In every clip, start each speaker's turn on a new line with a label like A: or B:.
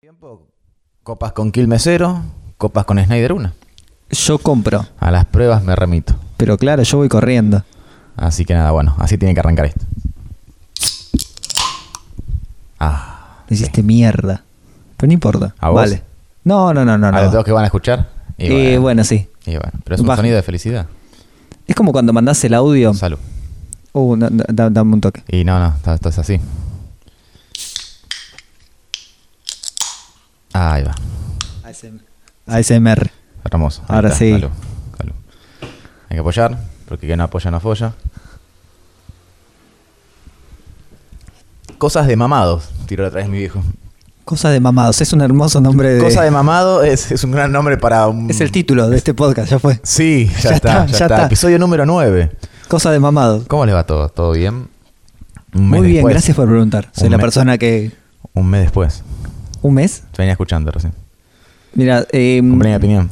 A: tiempo, copas con Quilmes 0, copas con Snyder 1.
B: Yo compro,
A: A las pruebas me remito.
B: pero claro, yo voy corriendo.
A: Así que nada, bueno, así tiene que arrancar esto. Ah,
B: Me hiciste "Este mierda. Pero no importa.
A: ¿A vos?
B: Vale. No, no, no, no.
A: a
B: no.
A: los dos que van a escuchar. Y
B: Eh, bueno. sí.
A: y bueno, pero es un
B: Baja.
A: sonido de felicidad.
B: Es como cuando mandás el audio.
A: Salud.
B: Uh, no, no, da- dame un toque.
A: Y no, no, esto, esto es así. Ahí va,
B: ASMR.
A: hermoso. Ahí
B: Ahora sí.
A: Salud, salud. Hay que apoyar, porque quien no apoya no apoya. Cosas de mamados, tiró la otra vez mi viejo.
B: Cosas de mamados. Es un hermoso nombre de.
A: Cosa de mamado es, es un gran nombre para un...
B: Es el título de este podcast, ya fue.
A: Sí, ya,
B: Ya
A: está,
B: está,
A: ya está.
B: ya está.
A: Episodio número 9.
B: Cosas de mamados.
A: ¿Cómo les va todo? ¿Todo bien? Un mes
B: Muy bien,
A: después.
B: gracias por preguntar. Soy
A: Un
B: la
A: mes.
B: persona que.
A: Un mes después.
B: ¿Un mes?
A: Te venía escuchando recién.
B: Mira, eh,
A: Compré mi opinión.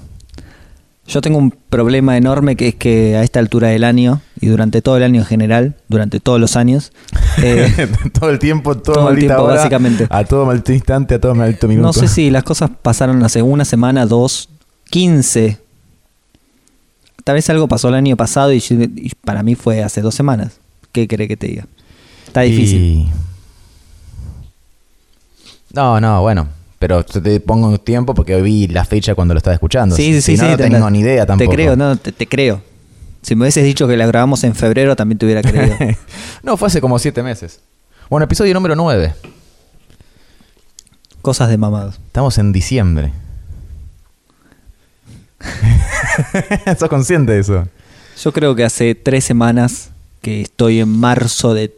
B: Yo tengo un problema enorme que es que a esta altura del año y durante todo el año en general, durante todos los años, eh,
A: todo el tiempo, todo,
B: todo el
A: maldita
B: tiempo,
A: hora,
B: básicamente.
A: A todo maldito instante, a todo maldito minuto.
B: no sé si las cosas pasaron hace una semana, dos, quince. Tal vez algo pasó el año pasado y, yo- y para mí fue hace dos semanas. ¿Qué querés que te diga? Está difícil.
A: Y- No, no, bueno. Pero yo te pongo un tiempo porque hoy vi la fecha cuando lo estaba escuchando.
B: Sí, sí,
A: Si
B: sí.
A: no,
B: sí,
A: no
B: te-
A: tengo ni idea tampoco.
B: Te creo, no, te, te creo. Si me hubieses dicho que la grabamos en febrero, también te hubiera creído.
A: no, fue hace como siete meses. Bueno, episodio número 9.
B: Cosas de mamados.
A: Estamos en diciembre. ¿Sos consciente de eso?
B: Yo creo que hace tres semanas que estoy en marzo de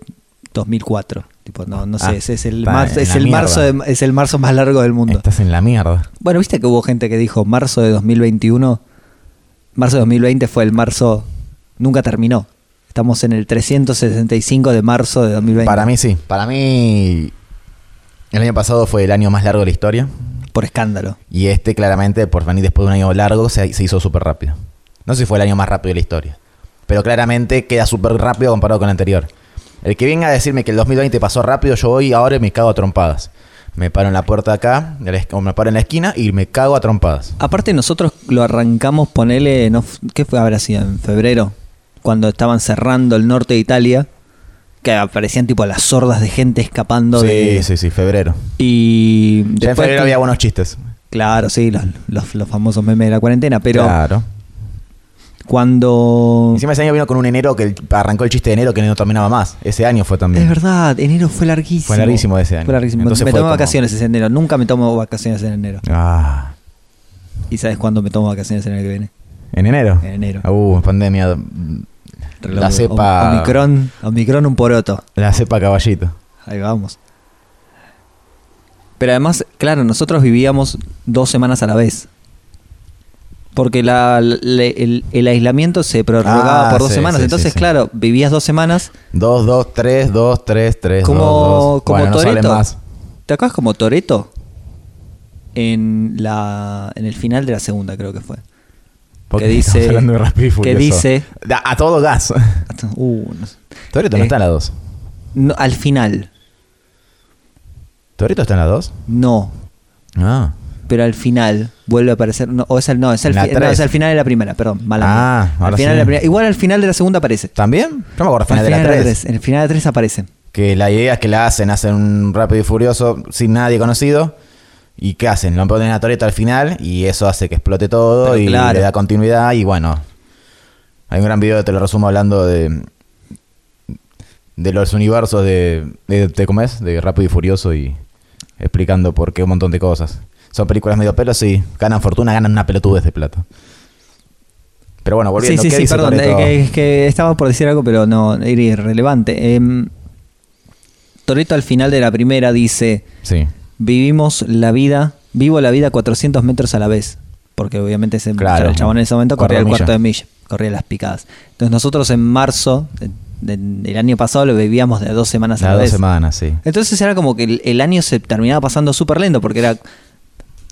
B: 2004. Tipo, no, no sé,
A: Ah,
B: es, es el,
A: está
B: marzo,
A: en
B: es
A: la
B: el marzo
A: mierda.
B: de- es el marzo más largo del mundo.
A: Estás en la mierda.
B: Bueno, viste que hubo gente que dijo marzo de 2021. Marzo de 2020 fue el marzo. Nunca terminó. Estamos en el 365 de marzo de 2020.
A: Para mí sí. Para mí el año pasado fue el año más largo de la historia.
B: Por escándalo.
A: Y este claramente, por venir después de un año largo, se, se hizo súper rápido. No sé si fue el año más rápido de la historia. Pero claramente queda súper rápido comparado con el anterior. El que venga a decirme que el 2020 pasó rápido, yo voy ahora y me cago a trompadas. Me paro en la puerta de acá, de la es- o me paro en la esquina y me cago a trompadas.
B: Aparte nosotros lo arrancamos, ponele, no, f- ¿qué fue? Habrá sido en febrero, cuando estaban cerrando el norte de Italia, que aparecían tipo las sordas de gente escapando
A: Sí,
B: de...
A: sí, sí, febrero.
B: Y después
A: Ya en febrero
B: que-
A: había buenos chistes.
B: Claro, sí, los, los- los famosos memes de la cuarentena, pero
A: Claro.
B: cuando...
A: Encima ese año vino con un enero que el- arrancó el chiste de enero que no terminaba más. Ese año fue también.
B: Es verdad, enero fue larguísimo.
A: Fue larguísimo ese año.
B: Fue larguísimo.
A: Entonces
B: me
A: fue
B: tomo
A: como-
B: vacaciones ese enero. Nunca me tomo vacaciones en enero.
A: Ah.
B: ¿Y sabes cuándo me tomo vacaciones en el que viene?
A: ¿En enero?
B: En enero.
A: Uh, pandemia. La
B: Reloj-
A: cepa.
B: Omicron, Omicron un poroto.
A: La cepa caballito.
B: Ahí vamos. Pero además, claro, nosotros vivíamos dos semanas a la vez. Porque la- le- el, el aislamiento se prorrogaba
A: Ah,
B: por dos
A: sí,
B: semanas.
A: sí, sí,
B: Entonces,
A: sí.
B: claro, vivías dos semanas
A: 2, 2, 3, 2, 3, 3.
B: como,
A: dos, dos.
B: como
A: bueno, no salen
B: Toretto.
A: más.
B: ¿Te acuerdas como Toreto? En, la, en el final de la segunda, creo que fue.
A: Porque
B: Que dice-
A: estamos hablando de Rápido y
B: que
A: Furioso.
B: dice-
A: Da- a todo gas.
B: Uh, no sé.
A: Toreto
B: Eh.
A: no está en la 2.
B: No, al final,
A: Toreto está en la 2.
B: no.
A: Ah.
B: pero al final vuelve a aparecer. No, o es al, no, es al,
A: La
B: fi- no,
A: tres.
B: es al final de la primera, perdón. Mala
A: Ah,
B: mía.
A: ahora
B: al final
A: sí.
B: de la primera. Igual al final de la segunda aparece.
A: ¿También? Yo me acuerdo al final,
B: al final
A: de la 3.
B: tres, En el final de la 3 aparece.
A: Que la idea es que la hacen, hacen un Rápido y Furioso sin nadie conocido. ¿Y qué hacen? Lo ponen a Toreto al final y eso hace que explote todo
B: Pero
A: y
B: claro.
A: le da continuidad y bueno. Hay un gran video, te lo resumo hablando de de los universos de, de, de- ¿cómo es? De Rápido y Furioso y explicando por qué un montón de cosas. Son películas medio pelos y ganan fortuna, ganan una pelotudez de plata. Pero bueno, volviendo,
B: sí,
A: ¿qué
B: sí, sí,
A: dice
B: perdón.
A: Toretto?
B: eh, que, es que estaba por decir algo, pero no, era irrelevante. Em, Toretto al final de la primera dice:
A: Sí.
B: Vivimos la vida, vivo la vida 400 metros a la vez. Porque obviamente ese
A: Claro.
B: el chabón en ese momento
A: Cuarto
B: corría el
A: de
B: cuarto
A: milla.
B: de milla, corría las picadas. Entonces nosotros en marzo de- de- del año pasado lo vivíamos de dos semanas a
A: Las
B: la
A: dos
B: vez.
A: semanas, sí.
B: Entonces era como que el, el año se terminaba pasando súper lento porque era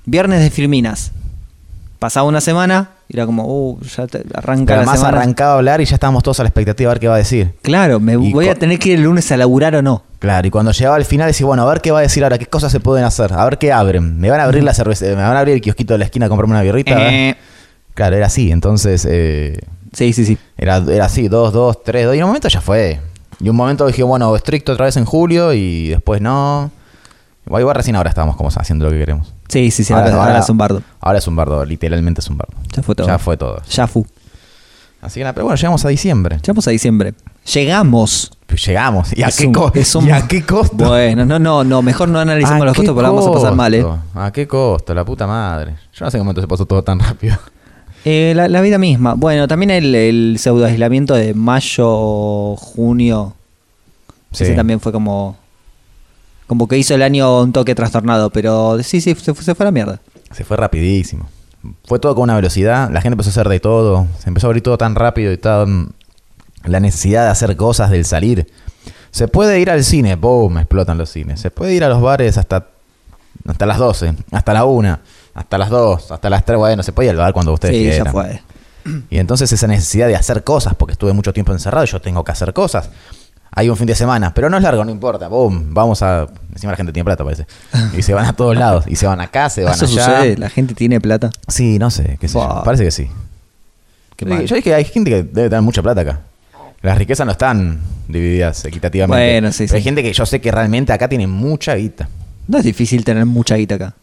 B: viernes de Filminas. Pasaba una semana y era como, uh, ya te- arranca
A: Pero
B: la
A: más
B: semana.
A: arrancaba a hablar y ya estábamos todos a la expectativa a ver qué va a decir.
B: Claro, me
A: Y
B: voy a
A: co-
B: tener que ir el lunes a laburar o no.
A: Claro, y cuando llegaba al final decía, bueno, a ver qué va a decir ahora, qué cosas se pueden hacer, a ver qué abren. Me van a abrir la cerveza, eh, me van a abrir el kiosquito de la esquina a comprarme una birrita. a ver?
B: Eh,
A: Claro, era así, entonces eh,
B: sí, sí, sí.
A: era, era así, 2, 2, 3, 2, y en un momento ya fue. Y un momento dije, bueno, estricto otra vez en julio y después no. Igual, igual recién ahora estábamos como haciendo lo que queremos.
B: Sí, sí, sí. Ahora, ahora es un bardo.
A: Ahora es un bardo, literalmente es un bardo.
B: Ya fue todo.
A: Ya fue todo.
B: Ya fu.
A: Así que nada, pero bueno, llegamos a diciembre.
B: Llegamos a diciembre. Llegamos.
A: Pues llegamos. ¿Y a,
B: Es
A: qué,
B: un-
A: co-
B: es un-
A: y a qué costo?
B: Bueno, no, no, no. Mejor no analicemos
A: ¿A
B: los
A: Ah, qué
B: costos porque la vamos a pasar mal, ¿eh?
A: costo? ¿A qué costo? La puta madre. Yo no sé cómo se pasó todo tan rápido.
B: Eh, la, la vida misma. Bueno, también el, el pseudo aislamiento de mayo, junio. Ese también fue como. Como que hizo el año un toque trastornado, pero sí, sí, se, fue- se fue a la mierda.
A: Se fue rapidísimo. Fue todo con una velocidad. La gente empezó a hacer de todo. Se empezó a abrir todo tan rápido y tan... La necesidad de hacer cosas, del salir. Se puede ir al cine. Boom, explotan los cines. Se puede ir a los bares hasta... Hasta las 12, hasta la 1, hasta las 2, hasta las 3. Bueno, se puede ir al bar cuando ustedes
B: sí,
A: quieran.
B: ya fue.
A: Y entonces esa necesidad de hacer cosas, porque estuve mucho tiempo encerrado, yo tengo que hacer cosas. Hay un fin de semana, pero no es largo, no importa. Boom, vamos a. Encima la gente tiene plata, parece. Y se van a todos lados. Y se van acá, se van
B: Eso
A: allá.
B: sucede, la gente tiene plata.
A: Sí, no sé, qué sé yo.
B: Buah.
A: Parece que sí.
B: Qué
A: yo,
B: mal.
A: dije- yo dije que hay gente que debe tener mucha plata acá. Las riquezas no están divididas equitativamente.
B: Bueno, sí,
A: Pero Hay
B: sí.
A: gente que yo sé que realmente acá tiene mucha guita.
B: No es difícil tener mucha guita acá.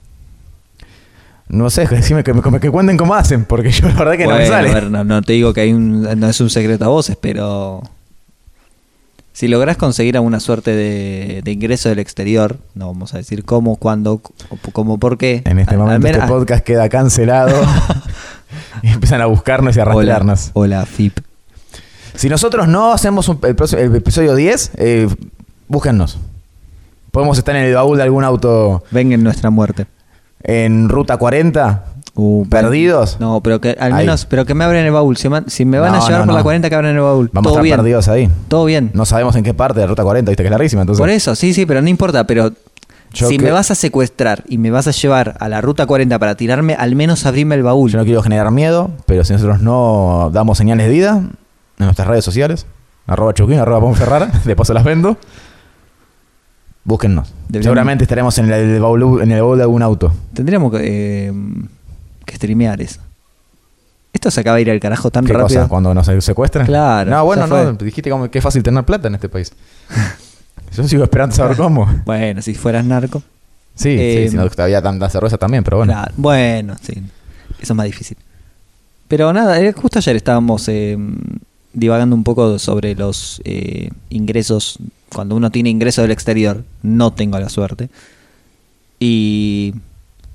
A: No sé, decime que, me- que cuenten cómo hacen, porque yo la verdad que no me
B: Bueno,
A: sale.
B: a ver, no, no te digo que hay un, no es un secreto a voces, pero si lográs conseguir alguna suerte de, de ingreso del exterior, no vamos a decir cómo, cuándo, c- cómo, por qué.
A: En este
B: al- al
A: momento
B: menos-
A: este podcast queda cancelado. y empiezan a buscarnos y a
B: hola,
A: rastrearnos.
B: hola, FIP.
A: Si nosotros no hacemos un- el, próximo- el episodio 10, eh, búsquennos. Podemos estar en el baúl de algún auto
B: Venga en nuestra muerte.
A: en ruta 40.
B: Uh,
A: ¿Perdidos?
B: No, pero que al
A: Ahí.
B: menos, pero que me abren el baúl. Si, ma- si me van
A: No,
B: a llevar
A: no,
B: por
A: no.
B: la 40, que abren el baúl.
A: Vamos
B: Todo
A: a
B: bien.
A: estar perdidos ahí.
B: Todo bien.
A: No sabemos en qué parte de la ruta 40, viste que es larguísima. Entonces,
B: Por eso, sí, sí, pero no importa, pero
A: Yo
B: si
A: que-
B: me vas a secuestrar y me vas a llevar a la ruta 40 para tirarme, al menos abrime el baúl.
A: Yo no quiero generar miedo, pero si nosotros no damos señales de vida en nuestras redes sociales, arroba chuquín, arroba ponferrara, de paso las vendo, búsquennos.
B: Deberíamos-
A: Seguramente estaremos en el, el baúl, en el baúl de algún auto.
B: Tendríamos que, eh, que streamear eso. Esto se acaba de ir al carajo tan
A: ¿Qué
B: rápido.
A: cosa? ¿Cuando nos secuestran?
B: Claro,
A: No, bueno,
B: ya fue.
A: no, dijiste como que es fácil tener plata en este país. Yo sigo esperando saber cómo.
B: Bueno, si fueras narco.
A: Sí,
B: Eh,
A: sí, si no todavía tanta cerveza también, pero bueno.
B: Claro, bueno, sí. Eso es más difícil. Pero nada, eh, justo ayer estábamos eh, divagando un poco sobre los eh, ingresos. Cuando uno tiene ingresos del exterior, no tengo la suerte. Y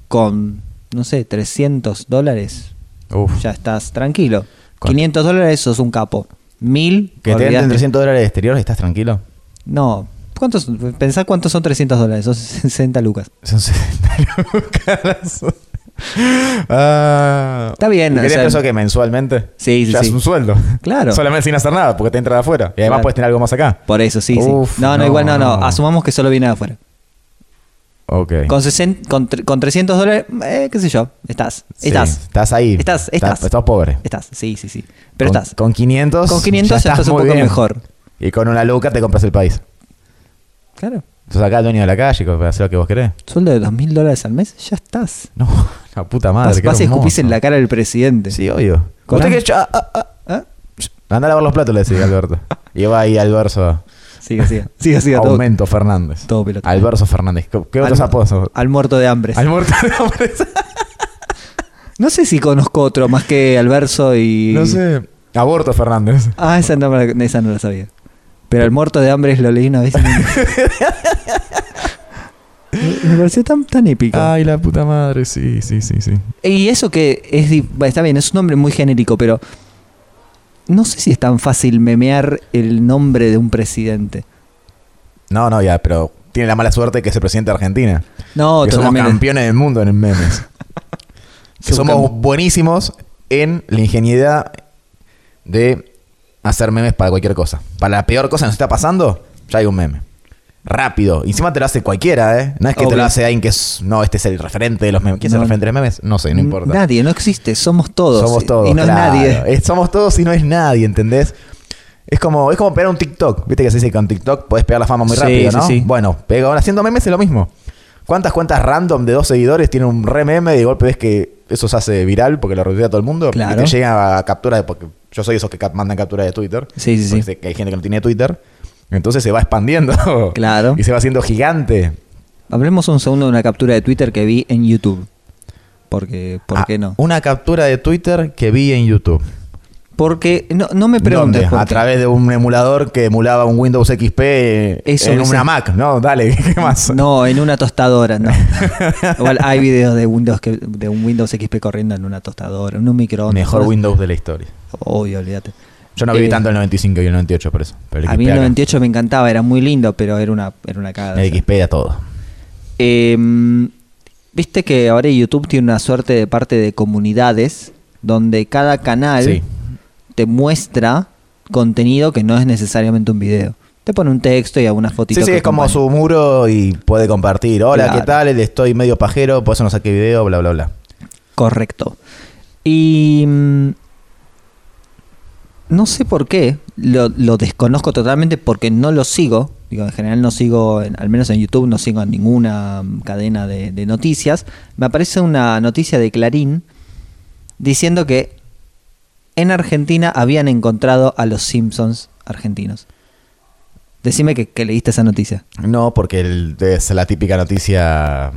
B: con, no sé, 300 dólares,
A: Uf.
B: ya estás tranquilo.
A: ¿Cuánto?
B: 500 dólares, sos un capo. 1000,
A: Que te den
B: olvidate.
A: 300 dólares de exterior, ¿estás tranquilo?
B: No. ¿Cuántos, pensá cuántos son 300 dólares, son 60 lucas.
A: Son 60 lucas. Ah,
B: Está bien,
A: ¿Y
B: o
A: querés
B: sea-
A: eso que mensualmente?
B: Sí, sí,
A: Ya
B: sí.
A: es un sueldo.
B: Claro.
A: Solamente sin hacer nada, porque te entra de afuera. Y además
B: Claro.
A: puedes tener algo más acá.
B: Por eso, sí,
A: Uf,
B: sí. No, no,
A: no,
B: igual no, no.
A: no.
B: Asumamos que solo viene de afuera.
A: Ok.
B: Con, 60 con, tre- con 300 dólares, eh, qué sé yo, estás.
A: Sí,
B: Estás.
A: Estás ahí.
B: Estás, estás.
A: Estás pobre.
B: Estás, sí, sí, sí. Pero
A: con,
B: estás.
A: Con 500.
B: Con 500 ya estás un
A: muy
B: poco
A: bien.
B: mejor.
A: Y con una luca te compras el país.
B: Claro.
A: Sos acá el dueño de la calle, para hacer lo que vos querés.
B: Sueldo de 2.000 dólares al mes, ya estás.
A: No, la puta madre.
B: vas
A: qué
B: vas y
A: hermoso.
B: escupís en la cara del presidente.
A: Sí, obvio.
B: Con
A: Usted
B: hambre.
A: que yo- ah, ah, ah.
B: ¿Ah?
A: Anda a lavar los platos, le decía Alberto. y va ahí al verso.
B: Sigue, sigue. Sigue, sigue. todo,
A: Aumento Fernández.
B: todo pelota.
A: Al verso Fernández. ¿Qué qué otros
B: Al-
A: apodos?
B: Al muerto de hambre.
A: Al muerto de hombres.
B: No sé si conozco otro más que Alverso y.
A: No sé. Aborto Fernández.
B: Ah, esa no, me la- esa no la sabía. Pero el muerto de hambre lo leí una vez. y me- me, me pareció tan, tan épico.
A: Ay, la puta madre. Sí, sí, sí, sí.
B: Ah, Y eso que es. di- bueno, Está bien, es un nombre muy genérico, pero. No sé si es tan fácil memear el nombre de un presidente.
A: No, no, ya, pero tiene la mala suerte que es el presidente de Argentina.
B: No,
A: que somos
B: totalmente.
A: campeones del mundo en memes. que
B: Somos
A: somos
B: campe-
A: buenísimos en la ingenuidad de hacer memes para cualquier cosa. Para la peor cosa que nos está pasando, ya hay un meme. Rápido. Y encima te lo hace cualquiera, ¿eh? No es que te
B: Obvio.
A: lo hace alguien que es. No, este es el referente de los memes. ¿Quién es
B: No.
A: el referente de los memes? No sé, no importa.
B: Nadie, no existe, somos todos.
A: Somos todos.
B: Y no
A: claro.
B: es nadie.
A: Eh, Somos todos y no es nadie, ¿entendés? Es como, es como pegar un TikTok. Viste que se dice que con TikTok podés pegar la fama muy
B: Sí,
A: rápido,
B: sí,
A: ¿no?
B: sí.
A: Bueno, pega, ahora haciendo memes es lo mismo. ¿Cuántas cuentas random de dos seguidores tiene un re meme y de golpe ves que eso se hace viral porque lo retuitea todo el mundo?
B: Claro.
A: Y te llega a captura, de- porque yo soy esos que cap- mandan captura de Twitter.
B: Sí, sí, sí.
A: Porque sé que hay gente que no tiene Twitter. Entonces se va expandiendo.
B: Claro.
A: Y se va haciendo gigante.
B: Hablemos un segundo de una captura de Twitter que vi en YouTube. Porque, ¿por
A: Ah,
B: qué no?
A: Una captura de Twitter que vi en YouTube.
B: Porque no, no me preguntes
A: ¿Dónde?
B: por
A: A
B: qué.
A: través de un emulador que emulaba un Windows XP
B: Eso
A: en
B: es-
A: una Mac, ¿no? Dale, ¿qué más?
B: No, en una tostadora, no. Igual hay videos de Windows que, de un Windows XP corriendo en una tostadora, en un microondas.
A: Mejor
B: Windows.
A: Windows de la historia.
B: Obvio, olvídate.
A: Yo no viví
B: Eh,
A: tanto el 95 y el 98 por eso. Pero el
B: A mí
A: XP
B: el
A: acá.
B: 98 me encantaba, era muy lindo, pero era una, era una cagada.
A: El XP era todo.
B: Eh, Viste que ahora YouTube tiene una suerte de parte de comunidades donde cada canal
A: Sí.
B: te muestra contenido que no es necesariamente un video. Te pone un texto y algunas fotitos.
A: Sí, sí,
B: que
A: es como
B: acompañan.
A: su muro y puede compartir. Hola,
B: Claro.
A: ¿qué tal? Estoy medio pajero, por eso no saqué video, bla, bla, bla.
B: Correcto. Y. mm, No sé por qué, lo, lo desconozco totalmente porque no lo sigo. Digo, en general no sigo, en- al menos en YouTube, no sigo a ninguna mm, cadena de, de noticias. Me aparece una noticia de Clarín diciendo que en Argentina habían encontrado a los Simpsons argentinos. Decime que, que leíste esa noticia.
A: No, porque el- es la típica noticia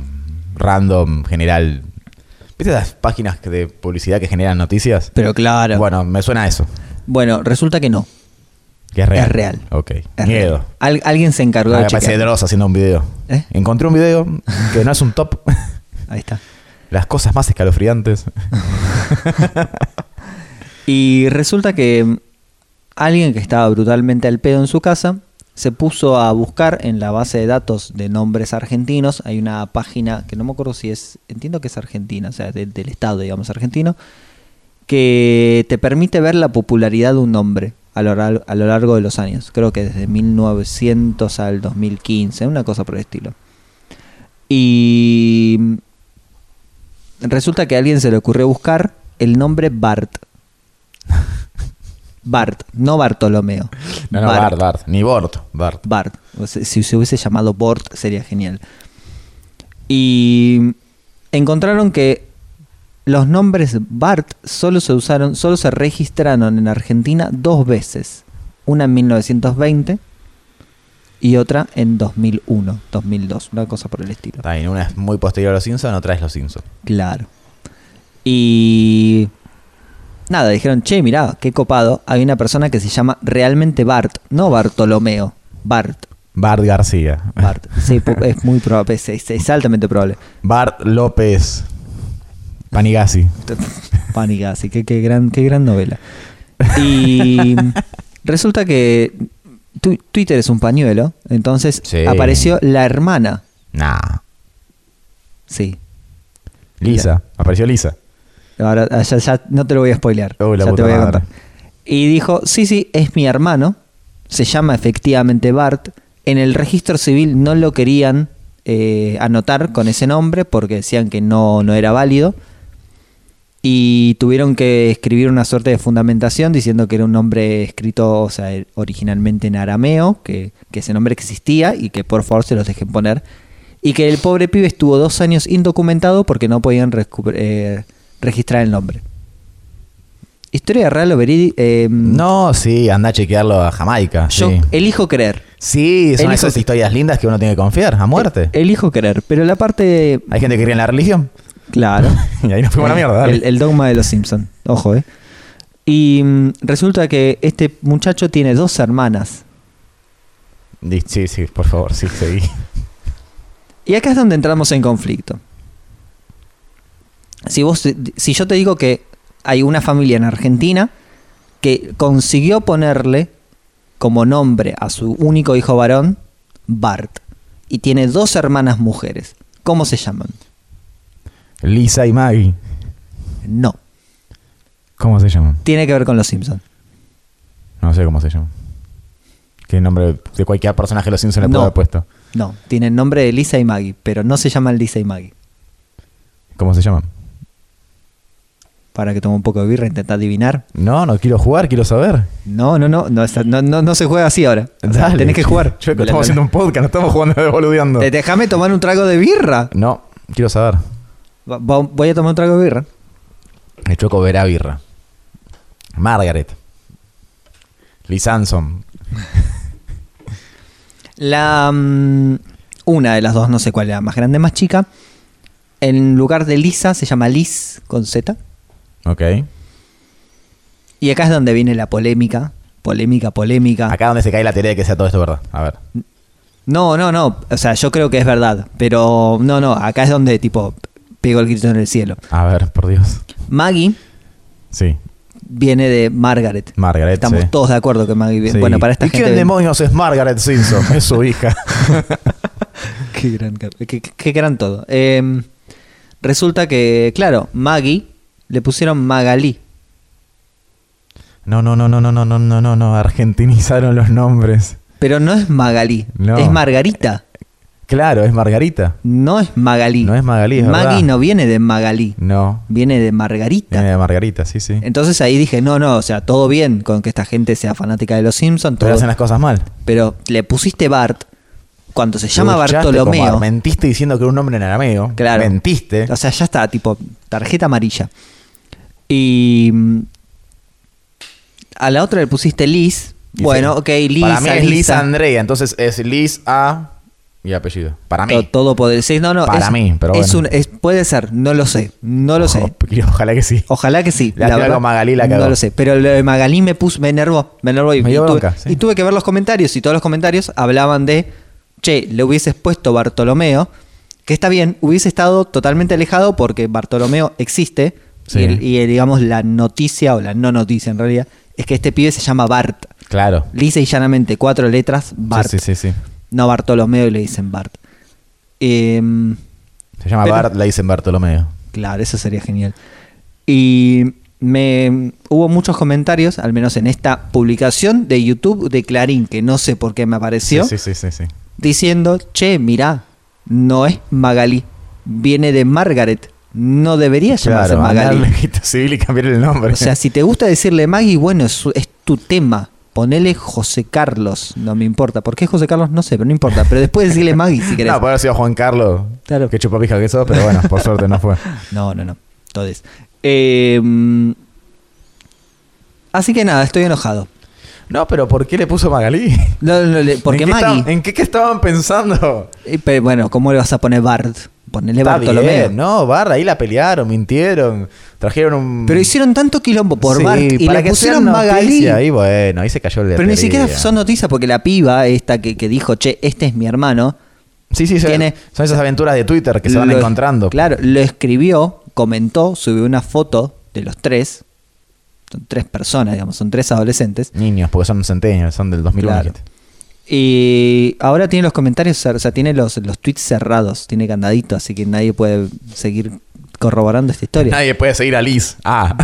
A: random, general. ¿Viste las páginas que- de publicidad que generan noticias?
B: Pero claro. Bueno,
A: Bueno, me suena a eso.
B: resulta que no.
A: Que es real.
B: Es real.
A: Ok.
B: Es
A: Miedo.
B: real. Al- alguien se encargó
A: Ah,
B: de
A: me parece
B: chequear.
A: Dross haciendo un video.
B: ¿Eh?
A: Encontré un video que no es un top.
B: Ahí está.
A: Las cosas más escalofriantes.
B: Y resulta que alguien que estaba brutalmente al pedo en su casa se puso a buscar en la base de datos de nombres argentinos. Hay una página que no me acuerdo si es, entiendo que es argentina, o sea, del- del Estado, digamos, argentino, que te permite ver la popularidad de un nombre a lo, lar- a lo largo de los años. Creo que desde 1900 al 2015, una cosa por el estilo. Y resulta que a alguien se le ocurrió buscar el nombre Bart. Bart, no Bartolomeo.
A: No, no, Bart, Bart. Ni Bort, Bart.
B: Bart. O sea, Si se hubiese llamado Bort sería genial. Y encontraron que los nombres Bart solo se usaron, solo se registraron en Argentina dos veces. Una en 1920 y otra en 2001, 2002, una cosa por el estilo.
A: Está bien, una es muy posterior a los Simpsons, otra es los Simpsons.
B: Claro. Y nada, dijeron, che, mirá, qué copado. Hay una persona que se llama realmente Bart, no Bartolomeo, Bart.
A: Bart García.
B: Bart. Sí, po- es muy probable, es, es- es altamente probable.
A: Bart López. Panigasi.
B: Pánica, así que qué gran, qué gran novela. Y resulta que tu- Twitter es un pañuelo, entonces
A: Sí.
B: apareció la hermana.
A: Nah.
B: Sí.
A: Lisa. Apareció Lisa.
B: Ahora ah, ya, ya no te lo voy a spoilear.
A: Oh, la
B: ya te
A: puta
B: voy a
A: madre.
B: contar. Y dijo, sí, sí, es mi hermano. Se llama efectivamente Bart. En el registro civil no lo querían eh, anotar con ese nombre porque decían que no, no era válido. Y tuvieron que escribir una suerte de fundamentación diciendo que era un nombre escrito, o sea, eh, originalmente en arameo, que, que ese nombre existía y que por favor se los dejen poner. Y que el pobre pibe estuvo dos años indocumentado porque no podían recu- eh, registrar el nombre. Historia real o verídica. em,
A: No, sí, anda a chequearlo a Jamaica.
B: Mm. Yo
A: sí.
B: elijo creer.
A: Sí, son
B: elijo-
A: esas historias lindas que uno tiene que confiar, a muerte.
B: Elijo creer. Pero la parte. de-
A: Hay gente que cree en la religión.
B: Claro.
A: Y ahí nos fuimos a la mierda. dale.
B: El, el dogma de los Simpson. Ojo, eh. Y mm, resulta que este muchacho tiene dos hermanas.
A: Di- Sí, sí, por favor, sí, seguí.
B: Y acá es donde entramos en conflicto. Si vos, si yo te digo que hay una familia en Argentina que consiguió ponerle como nombre a su único hijo varón Bart y tiene dos hermanas mujeres, ¿cómo se llaman?
A: Lisa y Maggie.
B: No,
A: ¿Cómo se llaman?
B: tiene que ver con los Simpsons.
A: No sé cómo se llama. ¿Qué nombre de cualquier personaje de los Simpsons le
B: No.
A: puedo haber puesto?
B: No, tienen nombre de Lisa y Maggie, pero no se llaman Lisa y Maggie.
A: ¿Cómo se llaman?
B: Para que tome un poco de birra, intenta adivinar.
A: No, no quiero jugar, quiero saber.
B: No, no, no, no, está- no, no, no se juega así ahora. O sea,
A: Dale.
B: tenés que jugar.
A: Chueco,
B: La- la-
A: estamos haciendo un podcast, no estamos jugando de boludeando.
B: Te- Déjame tomar un trago de birra.
A: No, quiero saber.
B: Va- va- Voy a tomar un trago de birra.
A: El Choco verá birra. Margaret. Lee Sanson.
B: La. mm, una de las dos, no sé cuál era, más grande, más chica. En lugar de Lisa se llama Liz con Z.
A: Ok.
B: Y acá es donde viene la polémica. Polémica, polémica.
A: Acá donde se cae la teoría de que sea todo esto verdad. A ver.
B: No, no, no. O sea, yo creo que es verdad. Pero no, no. Acá es donde, tipo, pego el grito en el cielo.
A: A ver, por Dios.
B: Maggie
A: Sí.
B: viene de Margaret.
A: Margaret.
B: Estamos
A: sí.
B: todos de acuerdo que Maggie viene.
A: Sí.
B: Bueno, para esta
A: ¿Y
B: gente.
A: quién demonios es Margaret Simpson? es su hija.
B: Qué gran, cap- qué, qué- qué gran todo. Eh, resulta que, claro, Maggie le pusieron Magalí.
A: No, no, no, no, no, no, no, no, no, no. Argentinizaron los nombres.
B: Pero no es Magalí.
A: No.
B: Es Margarita.
A: Claro, es Margarita.
B: No es Magalí.
A: No es Magalí, es
B: Maggie
A: verdad. Eh.
B: no viene de Magalí.
A: No.
B: Viene de Margarita.
A: Viene de Margarita, sí, sí.
B: Entonces ahí dije, no, no, o sea, todo bien con que esta gente sea fanática de los Simpsons,
A: Pero
B: todo,
A: hacen las cosas mal.
B: pero le pusiste Bart cuando se llama
A: Te buchaste con
B: Bartolomeo.
A: Bar- Mentiste diciendo que era un nombre en arameo.
B: Claro.
A: Mentiste.
B: O sea, ya está, tipo, tarjeta amarilla. Y mm, a la otra le pusiste Liz.
A: Y
B: bueno,
A: sí.
B: ok, Liz.
A: Para mí es Liz Andrea, entonces es Liz A y apellido. Para mí.
B: Todo poder. Sí, no, no.
A: Para
B: es-
A: mí, pero
B: es
A: bueno.
B: un- es- puede ser, no lo sé. No lo sé.
A: Ojo, Ojalá que sí.
B: Ojalá que sí.
A: La tira con Magalí la cagó.
B: No lo sé. Pero lo de Magalí me puso, me enervó. Me enervó y,
A: Me
B: y
A: dio
B: tuve,
A: bronca, sí.
B: y tuve que ver los comentarios. Y todos los comentarios hablaban de. Che, le hubieses puesto Bartolomeo. Que está bien, hubiese estado totalmente alejado porque Bartolomeo existe.
A: Sí.
B: Y, el- y el, digamos la noticia, o la no noticia en realidad, es que este pibe se llama Bart.
A: Claro.
B: Lisa y llanamente, cuatro letras, Bart.
A: Sí, sí, sí, sí.
B: No Bartolomeo y le dicen Bart. Em,
A: Se llama
B: Pero-
A: Bart, la dicen Bartolomeo.
B: Claro, eso sería genial. Y me hubo muchos comentarios, al menos en esta publicación de YouTube de Clarín, que no sé por qué me apareció,
A: Sí, sí, sí, sí. sí.
B: diciendo, che, mirá, no es Magalí, viene de Margaret, no debería llamarse
A: Claro, andar al
B: Magalí.
A: registro civil y cambiar el nombre.
B: O sea, si te gusta decirle Maggie, bueno, es, su- es tu tema. Ponele José Carlos, no me importa. ¿Por qué José Carlos? No sé, pero no importa. Pero después decirle Maggie si querés.
A: no, puede haber sido Juan Carlos.
B: Claro.
A: Que chupapija que sos, pero bueno, por suerte no fue.
B: No, no, no. Entonces. eh, así que nada, estoy enojado.
A: No, pero ¿por qué le puso Magalí?
B: No, no, le- porque
A: ¿En qué
B: Maggie.
A: estaban- ¿En qué, qué estaban pensando?
B: eh, pero bueno, ¿cómo le vas a poner Bard? Ponele
A: Está
B: Bartolomeo.
A: bien, no, Bart, ahí la pelearon, mintieron, trajeron un...
B: Pero hicieron tanto quilombo por
A: Sí,
B: Bart y
A: para
B: le
A: que
B: pusieron
A: sean
B: Magalí.
A: noticia, Ahí bueno, ahí se cayó el
B: Pero ni siquiera son noticias porque la piba, esta que, que dijo, che, este es mi hermano,
A: Sí, sí, son-
B: tiene-
A: son esas aventuras de Twitter que se van
B: lo-
A: encontrando.
B: Claro, lo escribió, comentó, subió una foto de los tres. Son tres personas, digamos, son tres adolescentes.
A: Niños, porque son centenios, son del 2001.
B: Claro.
A: dijiste.
B: Y ahora tiene los comentarios, cer- o sea, tiene los, los tweets cerrados, tiene candadito, así que nadie puede seguir corroborando esta historia.
A: Nadie puede seguir a Liz. Ah,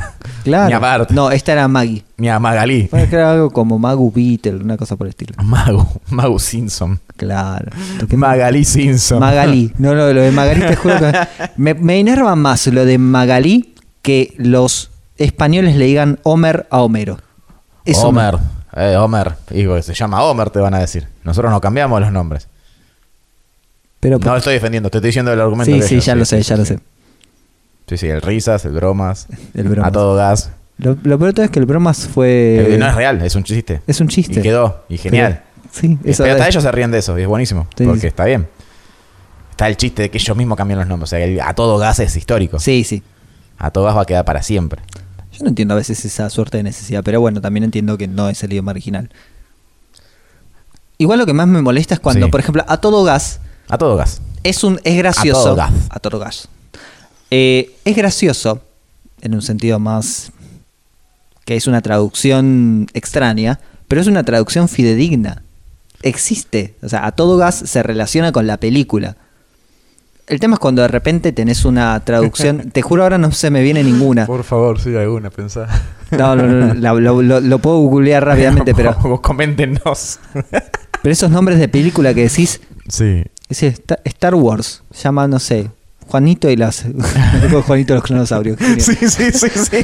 B: Claro.
A: ni a Bart,
B: No, esta era Maggie.
A: ni a Magalí.
B: Bueno, que era algo como Magu Beetle, una cosa por el estilo.
A: Magu, Magu Simpson.
B: Claro.
A: Magalí Simpson.
B: Magalí. No, no, lo de Magalí te juro que me, me enerva más lo de Magalí que los españoles le digan Homer a Homero. Es
A: Homer. Eh, Homer. Hijo, que se llama Homer, te van a decir. Nosotros no cambiamos los nombres.
B: Pero,
A: no lo estoy defendiendo, te estoy diciendo el argumento.
B: sí,
A: de
B: sí,
A: ellos,
B: ya lo sé,
A: sí,
B: ya
A: sí,
B: lo
A: sí.
B: sé.
A: Sí, sí, el risas, el bromas.
B: El bromas.
A: A todo gas.
B: Lo, lo peor de todo es que el bromas fue.
A: Eh, no es real, es un chiste.
B: Es un chiste.
A: Y quedó, y genial.
B: Pero- sí,
A: Pero
B: eso
A: hasta
B: es.
A: ellos se ríen de eso, y es buenísimo.
B: Sí,
A: porque
B: sí.
A: está bien. Está el chiste de que ellos mismos cambian los nombres. O sea, el a todo gas es histórico.
B: Sí, sí.
A: A todo gas va a quedar para siempre.
B: Yo no entiendo a veces esa suerte de necesidad, pero bueno, también entiendo que no es el idioma original. Igual lo que más me molesta es cuando,
A: Sí.
B: por ejemplo, a todo gas
A: A todo gas.
B: es un es gracioso.
A: A todo gas.
B: A todo gas. Eh, es gracioso en un sentido más que es una traducción extraña, pero es una traducción fidedigna. Existe, o sea, a todo gas se relaciona con la película. El tema es cuando de repente tenés una traducción, te juro ahora no se me viene ninguna.
A: favor, sí, alguna, pensá.
B: No, no, no, la- lo, lo- lo puedo googlear rápidamente, pero,
A: Vos coméntenos.
B: pero esos nombres de película que decís,
A: Sí.
B: decís Sta- Star Wars, se llama, no sé, Juanito y las. Juanito y los clonosaurios. genial.
A: Sí, sí, sí, sí.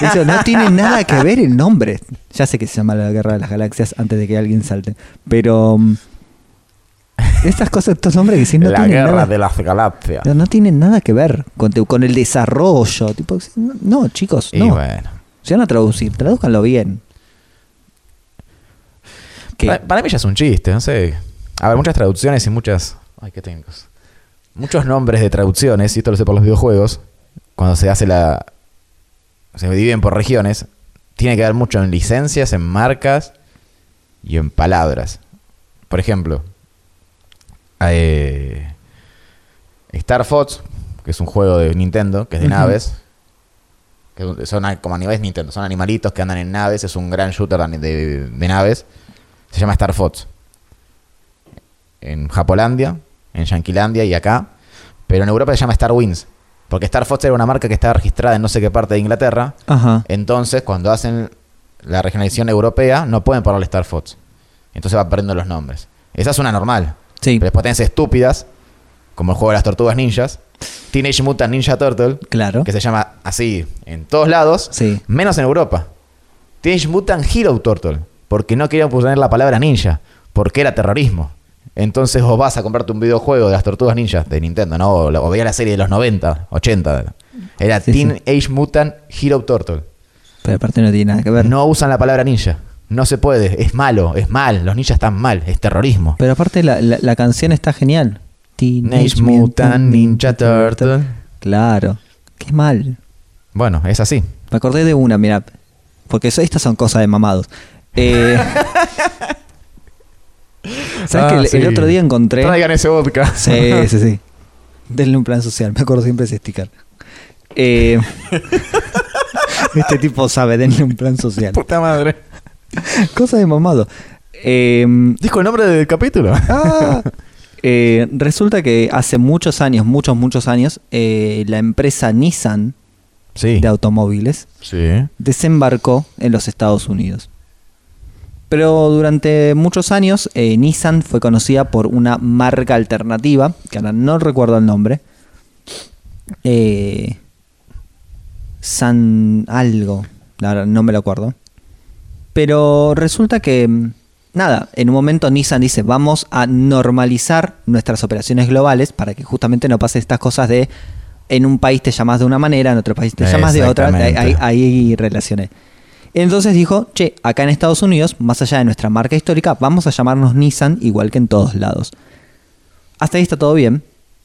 B: Eso no tiene nada que ver el nombre. Ya sé que se llama la Guerra de las Galaxias antes de que alguien salte. Pero. mm, Estas cosas, estos nombres que sí no
A: la
B: tienen
A: guerra
B: nada.
A: de las galaxias.
B: No, no tienen nada que ver con, te- con el desarrollo. Tipo, no, no, chicos,
A: Y
B: no.
A: bueno.
B: Se van a traducir, tradúzcanlo bien. Que-
A: Para, para mí ya es un chiste, no sé. A ver, muchas traducciones y muchas. Ay, qué técnicos. Muchos nombres de traducciones, y esto lo sé por los videojuegos. Cuando se hace la. Se dividen por regiones. Tiene que ver mucho en licencias, en marcas y en palabras. Por ejemplo, eh, Star Fox, que es un juego de Nintendo, que es de
B: Ujú.
A: naves. Que son a- como animales Nintendo, son animalitos que andan en naves, es un gran shooter de, de- de naves. Se llama Star Fox. En Japolandia, en Yanquilandia y acá. Pero en Europa se llama Star Wings. Porque Star Fox era una marca que estaba registrada en no sé qué parte de Inglaterra.
B: Ajá.
A: Entonces, cuando hacen la regionalización europea, no pueden ponerle Star Fox. Entonces va perdiendo los nombres. Esa es una normal.
B: Sí,
A: Pero después tenés estúpidas, como el juego de las tortugas ninjas. Teenage Mutant Ninja Turtle,
B: claro.
A: que se llama así en todos lados,
B: Sí.
A: menos en Europa. Teenage Mutant Hero Turtle, porque no querían poner la palabra ninja, porque era terrorismo. Entonces vos vas a comprarte un videojuego de las tortugas ninjas de Nintendo, ¿no? O, la- o veía la serie de los 90, 80. Era
B: Sí, sí.
A: Teenage Mutant Hero Turtle.
B: Pero aparte no tiene nada que ver.
A: No usan la palabra ninja. No se puede. Es malo, es mal. Los ninjas están mal. Es terrorismo.
B: Pero aparte la, la- la canción está genial.
A: Teenage Mutant Ninja Turtle.
B: Claro. Qué mal.
A: Bueno, es así.
B: Me acordé de una, mira. Porque eso- estas son cosas de mamados. Eh, ¿Sabes
A: Ah,
B: que el, el otro día encontré.
A: Traigan ese vodka.
B: Sí, sí, sí. Denle un plan social. Me acuerdo siempre de ese sticker. Eh, este tipo sabe, denle un plan social.
A: Puta madre.
B: Cosa de mamado. Eh,
A: Dijo el nombre del capítulo.
B: Ah. Eh, resulta que hace muchos años, muchos, muchos años, eh, la empresa Nissan
A: Sí.
B: de automóviles
A: Sí.
B: desembarcó en los Estados Unidos. Pero durante muchos años eh, Nissan fue conocida por una marca alternativa, que ahora no recuerdo el nombre. Eh, San algo, la verdad no me lo acuerdo. Pero resulta que, mm, nada, en un momento Nissan dice, vamos a normalizar nuestras operaciones globales para que justamente no pase estas cosas de, en un país te llamas de una manera, en otro país te llamas de otra, ahí,
A: Exactamente.
B: ahí- ahí relacioné. Entonces dijo, che, acá en Estados Unidos, más allá de nuestra marca histórica, vamos a llamarnos Nissan igual que en todos lados. Hasta ahí está todo bien.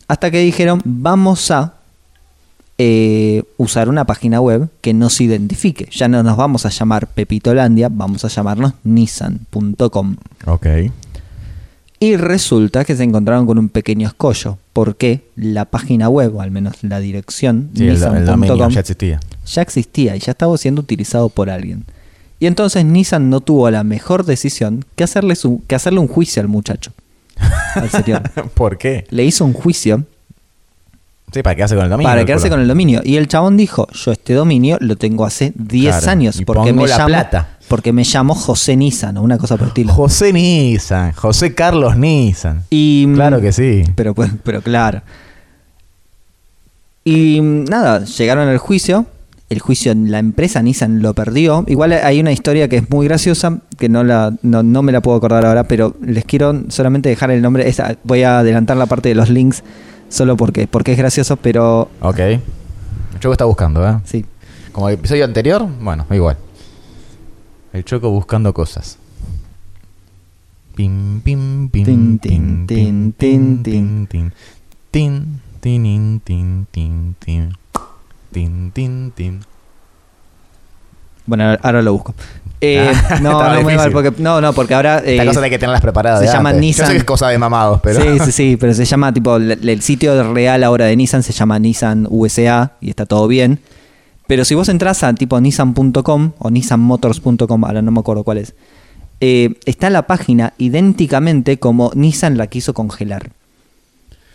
B: Hasta que dijeron, vamos a eh, usar una página web que nos identifique. Ya no nos vamos a llamar Pepitolandia, vamos a llamarnos nissan.com.
A: Ok.
B: Y resulta que se encontraron con un pequeño escollo, porque la página web, o al menos la dirección,
A: Sí, el, el dominio
B: nissan.com,
A: ya existía.
B: ya existía y ya estaba siendo utilizado por alguien. Y entonces Nissan no tuvo la mejor decisión que hacerle, su- que hacerle un juicio al muchacho. Al señor.
A: ¿Por qué?
B: Le hizo un juicio
A: Sí, para quedarse con el dominio.
B: para quedarse con el dominio. Y el chabón dijo, yo este dominio lo tengo hace 10
A: Claro,
B: años
A: y
B: porque
A: pongo
B: me,
A: la
B: llamo,
A: plata.
B: porque me llamo José Nissan o una cosa por el estilo.
A: José Nissan. José Carlos Nissan.
B: y, mm,
A: Claro que sí.
B: Pero, pues- pero claro. Y mm, nada, llegaron al juicio. El juicio, la empresa Nissan lo perdió. Igual hay una historia que es muy graciosa, que no, la, no, no me la puedo acordar ahora, pero les quiero solamente dejar el nombre. Esta- voy a adelantar la parte de los links, solo porque, porque es gracioso, pero
A: Ok. Choco está buscando, ¿eh?
B: sí.
A: Como el episodio anterior, bueno, igual. El Choco buscando cosas. Pim, pim, pim,
B: Tin,
A: tin,
B: tin,
A: tin,
B: tin,
A: tin,
B: tin,
A: tin, tin. Tin, tinin, tin, tin, tin. Tin, tin, tin.
B: Bueno, ahora- ahora lo busco. Eh,
A: Ah,
B: no,
A: estaba
B: no, muy mal,
A: difícil.
B: porque, no, no, porque ahora... eh,
A: Esta cosa hay que tenerlas preparadas.
B: se
A: de
B: llama
A: antes. Yo
B: Nissan.
A: sé que es cosa de mamados, pero.
B: Sí, sí, sí, pero se llama tipo, el, el sitio real ahora de Nissan se llama Nissan USA y está todo bien. Pero si vos entras a tipo nissan.com o nissanmotors.com, ahora no me acuerdo cuál es, eh, está la página idénticamente como Nissan la quiso congelar.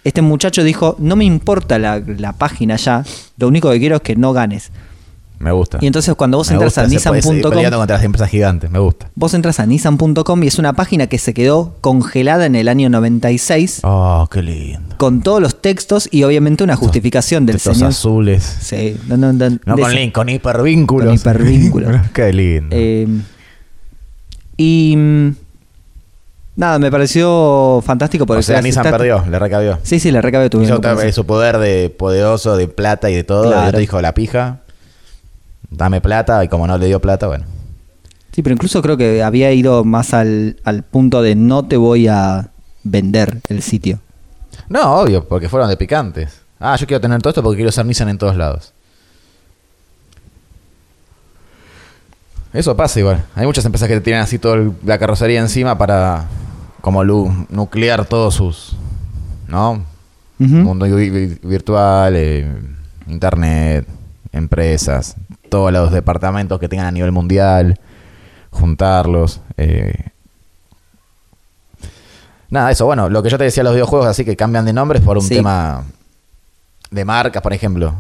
B: Este muchacho dijo, no me importa la, la página ya, lo único que quiero es que no ganes.
A: Me gusta.
B: Y entonces cuando vos
A: Me
B: entras
A: gusta,
B: a
A: se puede seguir
B: nissan.com,
A: peleando contra las empresas gigantes, me gusta.
B: vos entras a nissan.com y es una página que se quedó congelada en el año 96
A: Oh, qué lindo.
B: con todos los textos y obviamente una justificación del
A: Estos
B: señor.
A: azules.
B: Sí, no, no, no,
A: No
B: de
A: con
B: ese-
A: link, con hipervínculos.
B: Con hipervínculos.
A: qué lindo.
B: Eh, y mm, nada, me pareció fantástico porque
A: o sea,
B: las
A: Nissan
B: estat-
A: perdió, le recabió.
B: Sí, sí, la recabe tu
A: Hizo otra vez su poder de poderoso, de plata y de todo.
B: Claro.
A: Y otro dijo, la pija, dame plata. Y como no le dio plata, bueno.
B: Sí, pero incluso creo que había ido más al, al punto de no te voy a vender el sitio.
A: No, obvio, porque fueron de picantes. Ah, yo quiero tener todo esto porque quiero ser Nissan en todos lados. Eso pasa igual. Hay muchas empresas que te tienen así toda el- la carrocería encima para como lu- nuclear todos sus... ¿No?
B: Ujú.
A: Mundo vi- vi- virtual, eh, internet, empresas, todos los departamentos que tengan a nivel mundial, juntarlos. eh. Nada, eso, bueno, lo que yo te decía, los videojuegos así que cambian de nombres por un
B: Sí.
A: tema de marcas, por ejemplo.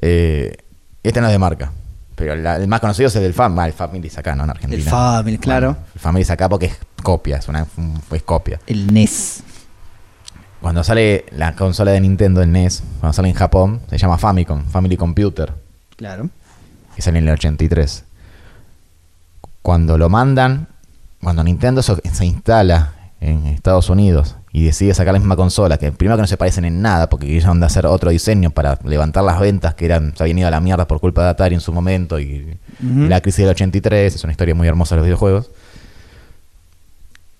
A: Eh, este no es de marca, pero la- el más conocido es el del FAM, ah, el Family acá, ¿no? En Argentina.
B: El Family, claro.
A: Bueno, el Family acá porque es copia, es una es copia.
B: El E NES.
A: Cuando sale la consola de Nintendo, el NES, cuando sale en Japón, se llama Famicom, Family Computer,
B: Claro.
A: que sale en el 83. Cuando lo mandan, cuando Nintendo so- se instala en Estados Unidos y decide sacar la misma consola, que primero que no se parecen en nada, porque quisieron hacer otro diseño para levantar las ventas que eran, se habían ido a la mierda por culpa de Atari en su momento y
B: Ujú.
A: la crisis del 83, es una historia muy hermosa de los videojuegos.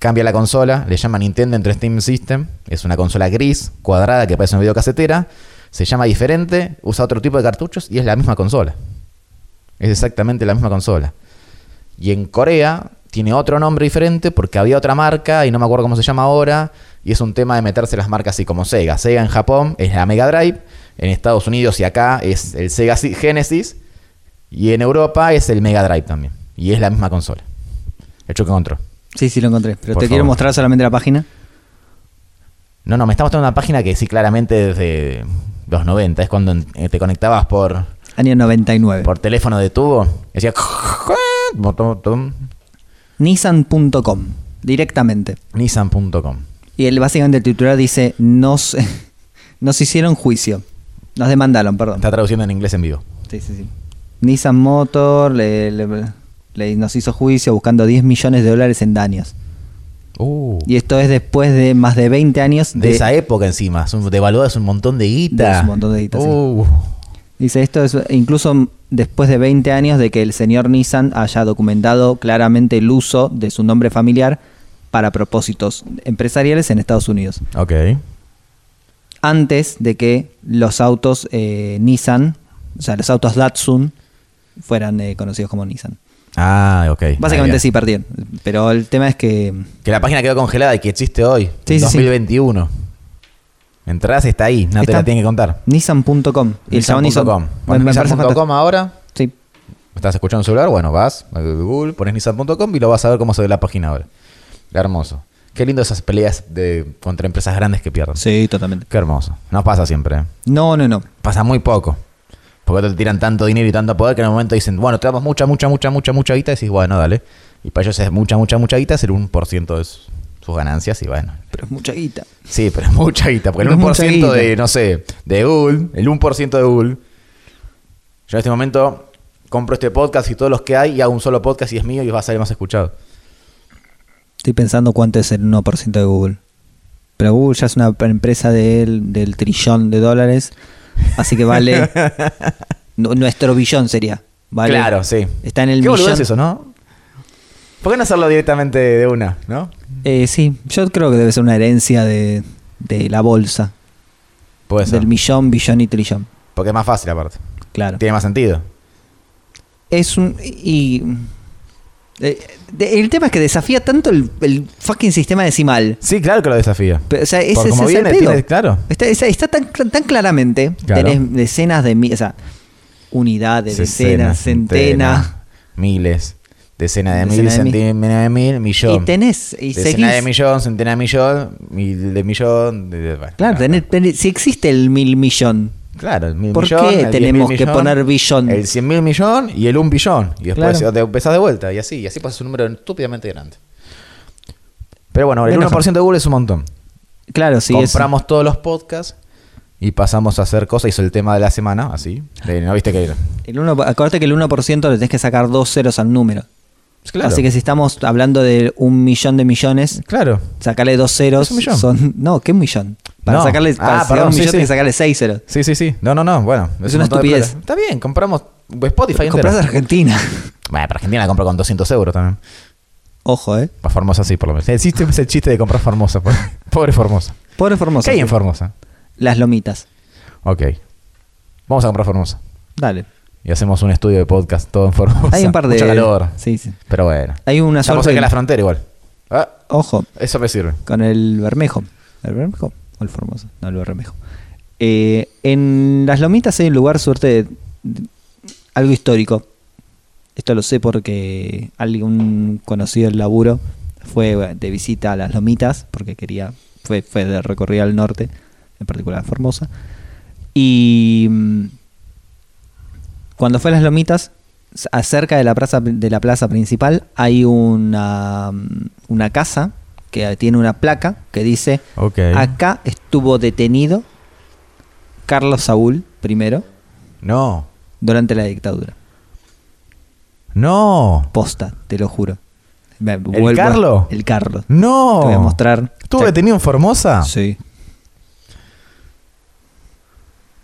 A: Cambia la consola, le llama Nintendo Entertainment System. Es una consola gris, cuadrada, que parece una videocasetera. Se llama diferente, usa otro tipo de cartuchos y es la misma consola. Es exactamente la misma consola. Y en Corea tiene otro nombre diferente porque había otra marca y no me acuerdo cómo se llama ahora. Y es un tema de meterse las marcas así como Sega. Sega en Japón es la Mega Drive. En Estados Unidos y acá es el Sega Genesis. Y en Europa es el Mega Drive también. Y es la misma consola. El choque control.
B: Sí, sí, lo encontré. Pero
A: Por
B: te quiero
A: favor.
B: mostrar solamente la página.
A: No, no, me está mostrando una página que sí, claramente desde los 90. Es cuando eh, te conectabas por,
B: Año 99.
A: por teléfono de tubo. y Decía.
B: Nissan.com. Directamente.
A: Nissan.com.
B: Y él básicamente el titular dice, nos, nos hicieron juicio. Nos demandaron, perdón.
A: Está traduciendo en inglés en vivo.
B: Sí, sí, sí. Nissan Motor le, le- le- nos hizo juicio buscando 10 millones de dólares en daños.
A: Uh.
B: Y esto es después de más de 20 años
A: De,
B: de...
A: esa época encima. Es un- Devaluada es un montón de guita.
B: Es un montón de guita, sí.
A: Uh.
B: Dice, esto es incluso después de 20 años de que el señor Nissan haya documentado claramente el uso de su nombre familiar para propósitos empresariales en Estados Unidos.
A: Ok.
B: antes de que los autos eh, Nissan, o sea, los autos Datsun, fueran eh, conocidos como Nissan.
A: Ah, ok.
B: Básicamente
A: Ahí
B: sí perdieron, pero el tema es que
A: va. Que la página quedó congelada y que existe hoy.
B: Sí,
A: en
B: sí, sí.
A: 2021. Entrás, está ahí. No te
B: Está.
A: la tienen que contar.
B: Nissan.com y el chabón hizo-
A: Nissan.com.
B: me-
A: Bueno,
B: me parece
A: Nissan.com ahora.
B: fantástico. Sí.
A: Estás escuchando un celular, bueno, vas a Google, pones Nissan.com y lo vas a ver cómo se ve la página ahora. Hermoso. Qué lindo esas peleas de, contra empresas grandes que pierden.
B: Sí, totalmente.
A: Qué hermoso. No pasa siempre. ¿eh?
B: No, no, no.
A: Pasa muy poco. Porque te tiran tanto dinero y tanto poder que en el momento dicen, bueno, te damos mucha, mucha, mucha, mucha, mucha guita. Y decís, bueno, dale. Y para ellos es mucha, mucha, mucha guita, es el 1% de sus, sus ganancias. Y bueno.
B: Pero es mucha guita.
A: Sí, pero es mucha guita. Porque el
B: Pero es mucha
A: 1% de,
B: guita.
A: no sé, de Google, el 1% de Google. Yo en este momento compro este podcast y todos los que hay y hago un solo podcast y es mío y va a ser más escuchado.
B: Estoy pensando cuánto es el 1% de Google. Pero Google ya es una empresa del, del trillón de dólares, así que vale... Nu- nuestro billón sería. Vale.
A: Claro, sí.
B: Está en el
A: ¿Qué
B: millón.
A: es eso, no? ¿Por qué no hacerlo directamente de una, no?
B: Eh, sí, yo creo que debe ser una herencia de, de la bolsa.
A: Puede ser.
B: Del millón, billón y trillón.
A: Porque es más fácil aparte.
B: Claro.
A: Tiene más sentido.
B: Es un. Y. eh, de- el tema es que desafía tanto el, el fucking sistema decimal.
A: Sí, claro que lo desafía.
B: Pero, o sea, ese,
A: Por
B: ese
A: como
B: es el
A: viene,
B: pedo.
A: tiene- claro.
B: Está, está- está tan, cl- tan claramente.
A: Claro.
B: Tenés decenas de. mi- O sea, unidades, decenas, centenas.
A: miles, decenas de
B: Decena
A: mil,
B: de mil.
A: centena de mil, millón.
B: Y tenés. Y
A: Decena de
B: seguís.
A: millón, centena de millón, mil de millón. de- de- bueno,
B: Claro,
A: no,
B: tenés- tenés- si existe el mil millón.
A: no. Claro, el mil
B: ¿Por
A: millón,
B: qué
A: el diez
B: tenemos
A: mil
B: que
A: millón,
B: poner billón?
A: El 100 mil millón y el 1 billón. Y después
B: Claro.
A: te empezás de vuelta y así. Y así pasas un número estúpidamente grande. Pero bueno, el
B: Menos-
A: 1% de Google es un montón.
B: Claro, sí. es-
A: Compramos todos los podcasts y pasamos a hacer cosas. Hizo el tema de la semana, así. De- ¿No viste que
B: El uno, acuérdate que el 1% le tenés que sacar dos ceros al número.
A: Claro.
B: Así que si estamos hablando de un millón de millones,
A: Claro.
B: sacarle dos ceros
A: Es un millón.
B: son. No, ¿qué millón? Para
A: No.
B: sacarle
A: Ah,
B: para sacar
A: perdón,
B: un
A: sí,
B: millón
A: sí.
B: tenés que sacarle seis ceros.
A: Sí, sí, sí. No, no, no. Bueno,
B: Es
A: un
B: una
A: montón de plata.
B: estupidez.
A: Está bien, compramos Spotify entero.
B: Comprás Argentina.
A: Bueno, para Argentina la compro con 200 euros también.
B: Ojo, eh.
A: Para Formosa sí, por lo menos. Existe el chiste de comprar Formosa. Pobre, pobre Formosa.
B: Pobre Formosa.
A: ¿Qué hay en
B: sí.
A: Formosa?
B: Las lomitas.
A: Ok. Vamos a comprar Formosa.
B: Dale.
A: Y hacemos un estudio de podcast todo en Formosa.
B: Hay un par de.
A: Mucho calor.
B: Sí, sí.
A: Pero bueno.
B: Hay una
A: Estamos
B: suerte.
A: cerca de la frontera igual. Ah,
B: Ojo,
A: eso me sirve.
B: con el Bermejo. ¿El Bermejo? ¿O el Formoso? No, el Bermejo. Eh, en las lomitas hay un lugar, suerte, de- de- algo histórico. Esto lo sé porque algún conocido del laburo fue de visita a las lomitas, porque quería, fue, fue de recorrida al norte, en particular a Formosa. Y mm, cuando fue a las lomitas, s- acerca de la plaza, de la plaza principal, hay una, mm, una casa que tiene una placa que dice
A: Ok.
B: Acá estuvo detenido Carlos Saúl primero
A: No.
B: durante la dictadura.
A: No.
B: Posta, te lo juro. Me
A: Carlos?
B: El Carlos.
A: No.
B: Te voy a mostrar.
A: ¿Estuvo
B: Te-
A: detenido en Formosa?
B: Sí.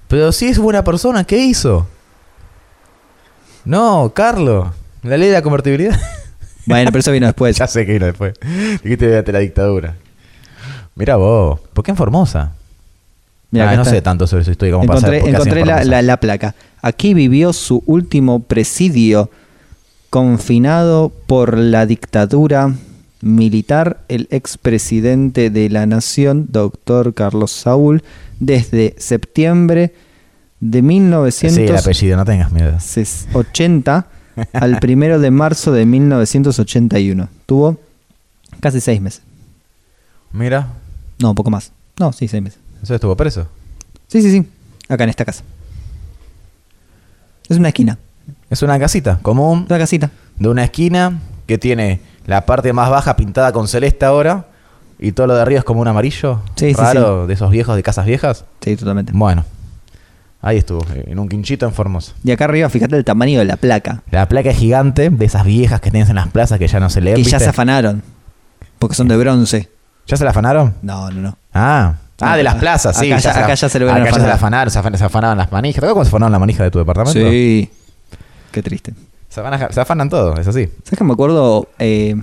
A: Pero si es buena persona, ¿qué hizo? No, Carlos. La ley de la convertibilidad.
B: Bueno, pero eso vino después.
A: ya sé que vino después. Dijiste durante la dictadura. Mira vos, ¿por qué en Formosa?
B: Mirá,
A: Ah,
B: acá
A: no
B: está.
A: sé tanto sobre su historia como para
B: Encontré,
A: hacer podcast
B: encontré
A: en
B: la,
A: Formosa.
B: la- la placa. Aquí vivió su último presidio confinado por la dictadura militar el expresidente de la nación, doctor Carlos Saúl, desde septiembre
A: Sí,
B: de
A: el
B: 1980
A: apellido, no tengas miedo.
B: al primero de marzo de 1981. Tuvo casi seis meses.
A: Mira,
B: No, un poco más. No, sí, seis meses.
A: eso estuvo preso.
B: Sí, sí, sí. Acá en esta casa. Es una esquina.
A: Es una casita común
B: Una casita.
A: de una esquina que tiene la parte más baja pintada con celeste ahora y todo lo de arriba es como un amarillo
B: Sí, sí,
A: raro de esos viejos de casas viejas.
B: Sí, totalmente.
A: Bueno, ahí estuvo, eh, en un quinchito en Formosa.
B: Y acá arriba, fíjate el tamaño de la placa.
A: La placa es gigante de esas viejas que tienes en las plazas que ya no se leen.
B: que ya
A: Eh, ¿viste?
B: se afanaron. Porque son de bronce.
A: ¿Ya se la afanaron?
B: No, no, no.
A: Ah. Ah, de las plazas, sí.
B: Acá ya- acá ya se lo
A: acá
B: vieron
A: ya se
B: afanar.
A: la afanaron, se afan- se afanaban las manijas. ¿Te acuerdas cómo se afanaban la manija de tu departamento?
B: Sí. Qué triste.
A: Se afanan, se afanan todo, es así.
B: ¿Sabes que me acuerdo? eh,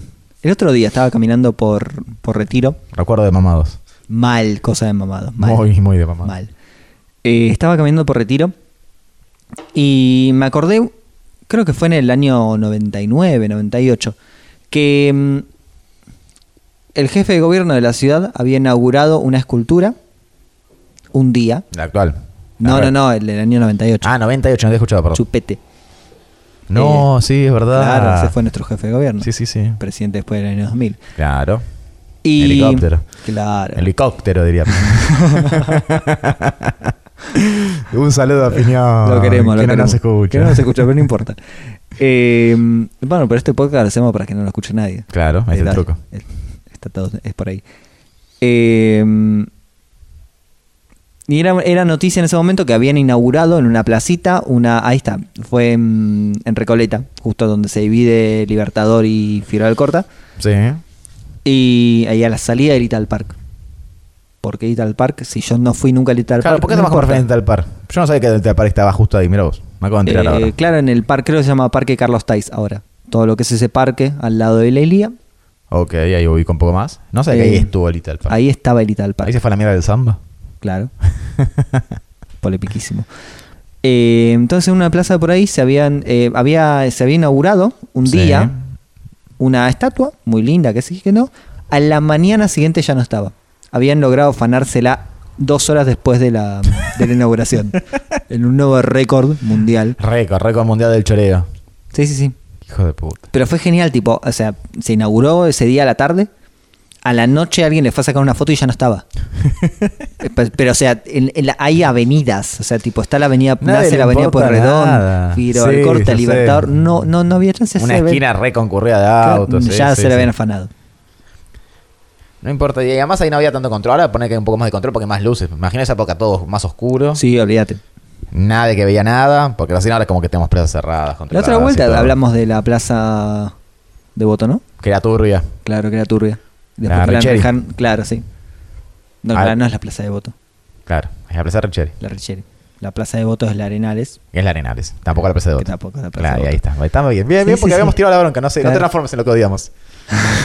B: el otro día estaba caminando por, por retiro.
A: Recuerdo de mamados.
B: Mal, cosa de mamado. Mal.
A: Muy, muy de mamados.
B: Mal. Eh, estaba caminando por retiro. Y me acordé, creo que fue en el año 99, 98, que mm, el jefe de gobierno de la ciudad había inaugurado una escultura un día.
A: La actual.
B: No,
A: La-
B: no, no, el del año 98.
A: Ah, 98, no te he escuchado, perdón.
B: Chupete.
A: no, sí, es verdad.
B: eh, Claro, ese fue nuestro jefe de gobierno.
A: Sí, sí, sí.
B: Presidente después del año 2000.
A: Claro.
B: Y,
A: Helicóptero.
B: Claro.
A: Helicóptero, diría. Un saludo a Piñón.
B: Lo queremos, lo
A: que Ah, no
B: queremos.
A: nos escucha.
B: Que no nos escucha, pero no importa. Eh, bueno, pero este podcast lo hacemos para que no lo escuche nadie.
A: Claro, ahí está el
B: Dale,
A: truco.
B: el- Está todo, es por ahí. Eh, y era, era noticia en ese momento que habían inaugurado en una placita una. Ahí está, fue en, en Recoleta, justo donde se divide Libertador y Figueroa del Corta.
A: Sí. ¿eh?
B: Y ahí a la salida del Ital Park. ¿Por qué Ital Park? Si yo no fui nunca al Ital
A: Claro,
B: Park.
A: ¿por qué
B: no
A: estamos con
B: importa.
A: referente al par? Yo no sabía que el par estaba justo ahí, mira vos. Me acabo de enterar
B: Eh,
A: ahora.
B: Claro, en el parque, creo que se llama Parque Carlos Tais ahora. Todo lo que es ese parque al lado de la Ilía,
A: Ok, ahí ubico un poco más. No sabía que ahí
B: Eh,
A: estuvo el Little Park.
B: ahí estaba el Ital Park.
A: Ahí se fue a la mierda del samba.
B: Claro. Polepiquísimo. Eh, entonces, en una plaza por ahí se, habían, eh, había, se había inaugurado un
A: Sí.
B: día una estatua, muy linda, que sí que no. A la mañana siguiente ya no estaba. Habían logrado afanársela dos horas después de la, de la inauguración. en un nuevo récord mundial.
A: Récord, récord mundial del choreo.
B: Sí, sí, sí.
A: Hijo de puta.
B: Pero fue genial, tipo, o sea, se inauguró ese día a la tarde. a la noche alguien le fue a sacar una foto y ya no estaba. Pe- Pero, o sea, en- en la- hay avenidas. O sea, tipo, está la avenida
A: Nadie
B: Plaza,
A: le
B: la avenida
A: importa
B: Pueyrredón,
A: nada.
B: Firo,
A: Sí,
B: Alcorta,
A: ya sé.
B: Libertador. No, no, no había chance de
A: Una
B: hacer-
A: esquina re concurrida de autos. sí,
B: ya
A: sí,
B: se le
A: sí.
B: habían afanado.
A: No importa. Y además ahí no había tanto control. Ahora poner que hay un poco más de control porque hay más luces. Imagina esa época todo más oscuro.
B: Sí, olvídate.
A: Nadie que veía nada. Porque recién ahora como que tenemos plazas cerradas.
B: La
A: controladas
B: otra
A: y
B: vuelta
A: todo.
B: hablamos de la plaza de Voto, ¿no?
A: Que era turbia.
B: Claro que era turbia. Después
A: La
B: que
A: Richeri.
B: dejaron- claro, sí. No,
A: Ah.
B: claro, no es la plaza de Voto,
A: Claro. Es la plaza de Richeri.
B: la Richeri. La plaza de Voto es la Arenales.
A: Que es la Arenales. Tampoco la plaza de
B: Que
A: Voto.
B: tampoco es la plaza
A: Claro,
B: de
A: y ahí
B: Voto.
A: está. Ahí Está bien, bien,
B: Sí,
A: bien,
B: sí,
A: porque
B: sí.
A: habíamos tirado la bronca. No, sé, no
B: Claro.
A: te transformes en lo que odiamos.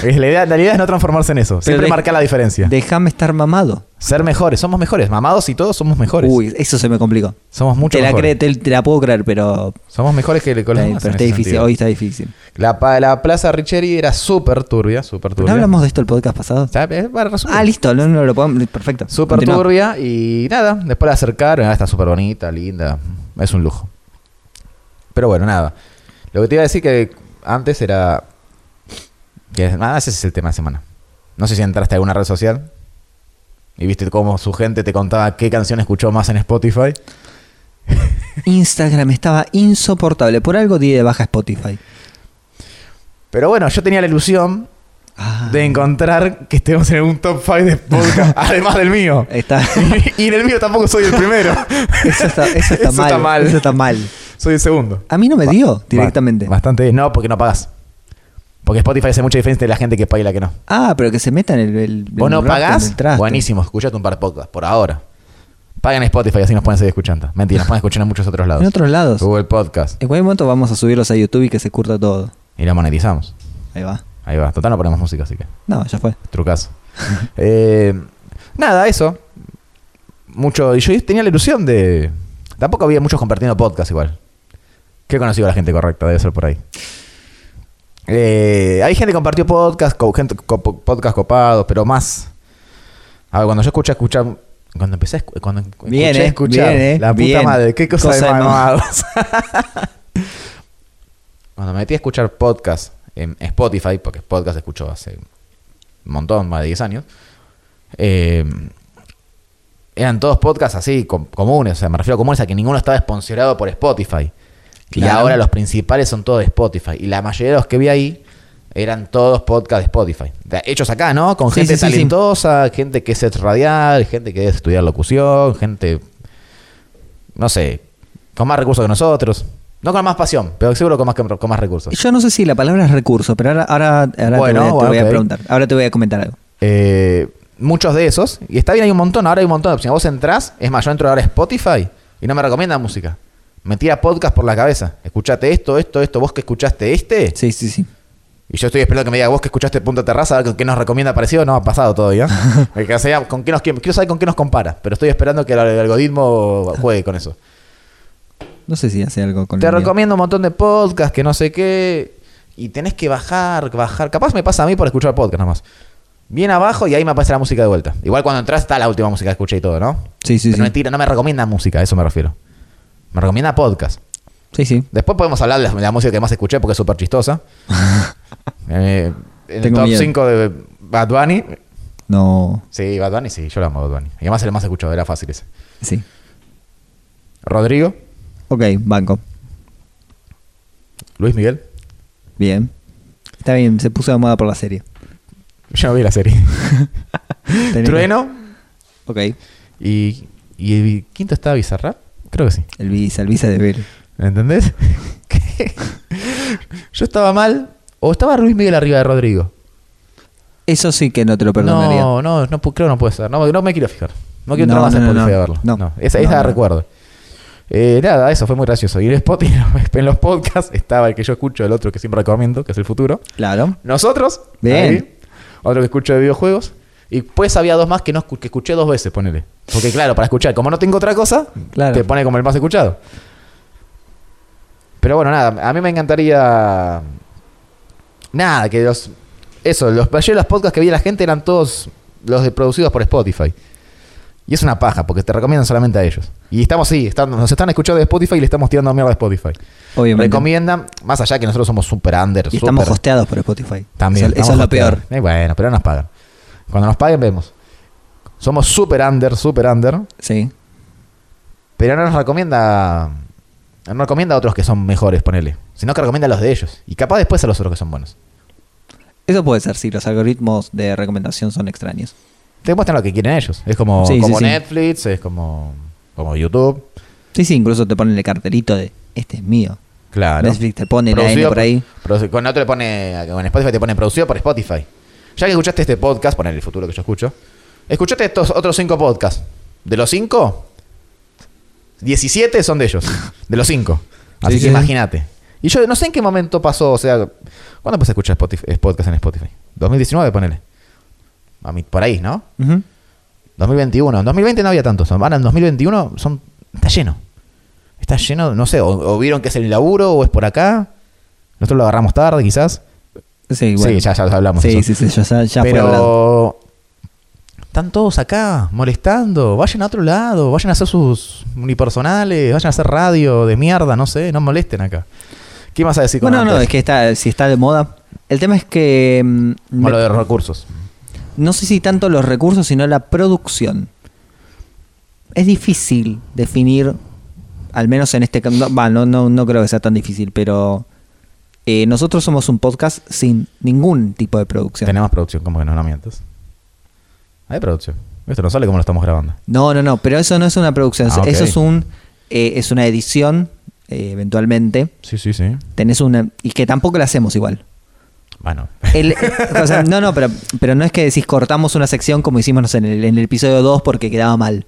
A: Es la, idea, la idea es no transformarse en eso. Siempre
B: de-
A: marcar la diferencia.
B: Déjame estar mamado.
A: Ser mejores. Somos mejores. Mamados y todos somos mejores.
B: Uy, eso se me complicó.
A: Somos mucho
B: te, la
A: mejores.
B: cre- te, te la puedo creer, pero,
A: Somos mejores que el
B: pero
A: colegio.
B: está difícil. Hoy está difícil.
A: La, pa- la plaza Richeri era súper turbia, súper
B: ¿No
A: turbia.
B: hablamos de esto el podcast pasado?
A: Está bien, Para resumir.
B: Ah, listo. No, no lo podemos. Perfecto.
A: Súper
B: Continuamos.
A: turbia y nada, después la acercaron, ahora está súper bonita, linda, es un lujo. Pero bueno, nada. Lo que te iba a decir que antes era... Que, nada, ese es el tema de semana. No sé si entraste a alguna red social y viste cómo su gente te contaba qué canción escuchó más en Spotify.
B: Instagram estaba insoportable. Por algo di de baja Spotify.
A: Pero bueno, yo tenía la ilusión
B: Ah,
A: de encontrar que estemos en un top 5 de podcast, además del mío.
B: está,
A: Y, y en el mío tampoco soy el primero,
B: eso está, eso está
A: Eso
B: mal,
A: está mal.
B: Eso está mal.
A: soy el segundo.
B: A mí no me dio directamente.
A: Ba- Bastante bien. No, porque no pagas. Porque Spotify hace mucha diferencia entre la gente que paga y la que no.
B: Ah, pero que se metan el. el
A: Vos
B: el
A: no
B: rostro, en
A: pagás.
B: el trasto.
A: Buenísimo, escuchate un par de podcasts por ahora. Pagan Spotify, así nos pueden seguir escuchando. Mentira, nos pueden escuchar en muchos otros lados.
B: En otros lados.
A: Google Podcast.
B: En cualquier momento vamos a subirlos a YouTube y que se curta todo.
A: Y la monetizamos.
B: Ahí va.
A: Ahí va. Total, no ponemos música, así que.
B: No, ya fue.
A: Trucazo. Eh, nada, eso. Mucho. Y yo tenía la ilusión de. Tampoco había muchos compartiendo podcast igual. Que he conocido a la gente correcta, debe ser por ahí. Eh, hay gente que compartió podcast, co- gente co- podcast copados, pero más. A ver, cuando yo escuché escuchar. Cuando empecé a escu- cuando escuché
B: Bien, eh,
A: escuchar.
B: bien, eh,
A: la puta
B: bien.
A: madre, qué cosa,
B: Cosa
A: de
B: de
A: mamados. cuando me metí a escuchar podcast en Spotify, porque podcast escucho hace un montón, más de 10 años. eh, eran todos podcasts así, com- comunes, o sea, me refiero a comunes a que ninguno estaba sponsorado por Spotify. Y
B: Claro.
A: ahora los principales son todos de Spotify. Y la mayoría de los que vi ahí eran todos podcasts de Spotify. De- Hechos acá, ¿no? Con
B: Sí,
A: gente
B: sí, sí, sí.
A: talentosa, gente que es ex radial, gente que es estudiar locución, gente, no sé, con más recursos que nosotros. No con más pasión, pero seguro con más, con más recursos.
B: Yo no sé si la palabra es recurso, pero ahora, ahora,
A: Bueno,
B: ahora te, voy a, te
A: bueno,
B: voy a
A: ok.
B: preguntar. Ahora te voy a comentar algo.
A: Eh, muchos de esos. Y está bien, hay un montón. Ahora hay un montón de opciones. Vos entrás, es más, yo entro ahora a Spotify y no me recomienda música. Me tira podcast por la cabeza. Escuchate esto, esto, esto. Vos que escuchaste este.
B: Sí, sí, sí.
A: Y yo estoy esperando que me diga vos que escuchaste Punta Terraza, a ver qué nos recomienda parecido. No ha pasado todavía. Me quedaría con qué nos, quiero saber con qué nos compara. Pero estoy esperando que el algoritmo juegue con eso.
B: No sé si hace algo con
A: Te
B: el mío.
A: recomiendo un montón de podcasts que no sé qué. Y tenés que bajar, bajar. Capaz me pasa a mí por escuchar podcast nada más. Bien abajo y ahí me aparece la música de vuelta. Igual cuando entras está la última música que escuché y todo, ¿no?
B: Sí, sí,
A: Pero
B: sí.
A: me tira, no me recomienda música, a eso me refiero. Me recomienda podcast.
B: Sí, sí.
A: Después podemos hablar de la, de la música que más escuché porque es súper chistosa. Eh, en
B: Tengo
A: el top
B: miedo.
A: 5 de Bad Bunny.
B: No.
A: Sí, Bad Bunny, sí, yo lo amo a Bad Bunny. Y además es el más escuchado, era fácil ese.
B: Sí.
A: Rodrigo,
B: Ok, banco.
A: Luis Miguel.
B: Bien. Está bien, se puso de moda por la serie.
A: Yo no vi la serie.
B: Tenés-
A: Trueno.
B: Ok.
A: Y, y el quinto estaba Bizarrap, creo que sí.
B: El visa, el visa de Bel.
A: ¿Me entendés? Que Yo estaba mal, o estaba Ruiz Miguel arriba de Rodrigo.
B: Eso sí que no te lo perdonaría.
A: No, no, no pu- creo que no puede ser. No, no me quiero fijar. No quiero entrar
B: No,
A: más en
B: no, no,
A: Spotify
B: no.
A: a verlo. No,
B: No.
A: esa,
B: No,
A: esa
B: no, no.
A: recuerdo. Eh, nada, eso fue muy gracioso. Y en Spotify, en los podcasts, estaba el que yo escucho, el otro que siempre recomiendo, que es el futuro.
B: Claro.
A: Nosotros,
B: Bien.
A: ahí, otro que escucho de videojuegos. Y pues había dos más que, no, escu- que escuché dos veces, ponele. Porque claro, para escuchar, como no tengo otra cosa,
B: Claro.
A: te pone como el más escuchado. Pero bueno, nada, a mí me encantaría... Nada, que los... Eso, los, ayer los podcasts que vi de la gente eran todos los de- producidos por Spotify. Y es una paja, porque te recomiendan solamente a ellos. Y estamos, sí, están- nos están escuchando de Spotify y le estamos tirando mierda a Spotify.
B: Obviamente.
A: Recomiendan, más allá que nosotros somos super under,
B: y estamos
A: super-
B: hosteados por Spotify.
A: también.
B: Eso, eso es
A: estamos
B: lo peor.
A: hosteados. Eh, bueno, pero no nos pagan. Cuando nos paguen, vemos. Somos super under, super under.
B: Sí.
A: Pero no nos recomienda. No recomienda a otros que son mejores, ponele. Sino que recomienda a los de ellos. Y capaz después a los otros que son buenos.
B: Eso puede ser, sí. Los algoritmos de recomendación son extraños.
A: Te muestran lo que quieren ellos. Es como,
B: Sí, sí,
A: como
B: sí.
A: Netflix, es como, como YouTube.
B: Sí, sí, incluso te ponen el carterito de este es mío.
A: Claro.
B: Netflix te pone la N por ahí.
A: produ- Con otro le pone. Con Spotify te pone producido por Spotify. Ya que escuchaste este podcast, poner el futuro que yo escucho. Escuchaste estos otros cinco podcasts. De los cinco, 17 son de ellos. De los cinco. Así
B: Sí,
A: que
B: sí.
A: imagínate. Y yo no sé en qué momento pasó, o sea, ¿cuándo empecé a escuchar Spotif- eh, podcast en Spotify? 2019, ponele. A mí- por ahí, ¿no?
B: Ujú.
A: 2021. En 2020 no había tantos. Ahora en 2021 son, está lleno. Está lleno, no sé, o, o vieron que es el laburo o es por acá. Nosotros lo agarramos tarde, quizás.
B: Sí, bueno.
A: Sí, ya, ya hablamos. de
B: Sí,
A: eso.
B: sí, sí, ya, ya- ya fue hablado.
A: Pero están todos acá molestando. Vayan a otro lado, vayan a hacer sus unipersonales, vayan a hacer radio de mierda, no sé, no molesten acá. ¿Qué vas a decir con
B: Bueno, no,
A: antes?
B: es que está, si está de moda. El tema es que. mm,
A: Con
B: me-
A: lo de los recursos.
B: no sé si tanto los recursos, sino la producción. Es difícil definir, al menos en este caso, no, va, no, no, no creo que sea tan difícil, pero eh, nosotros somos un podcast sin ningún tipo de producción.
A: Tenemos producción, como que no, no mientas. Hay producción. Esto no sale como lo estamos grabando.
B: No, no, no, pero eso no es una producción,
A: Ah, ok.
B: eso es, un, eh, es una edición, eh, eventualmente.
A: Sí, sí, sí.
B: Tenés una... Y que tampoco la hacemos igual.
A: Bueno.
B: El- o sea, no, no, pero, pero no es que decís cortamos una sección como hicimos no sé, en, el, en el episodio 2 porque quedaba mal.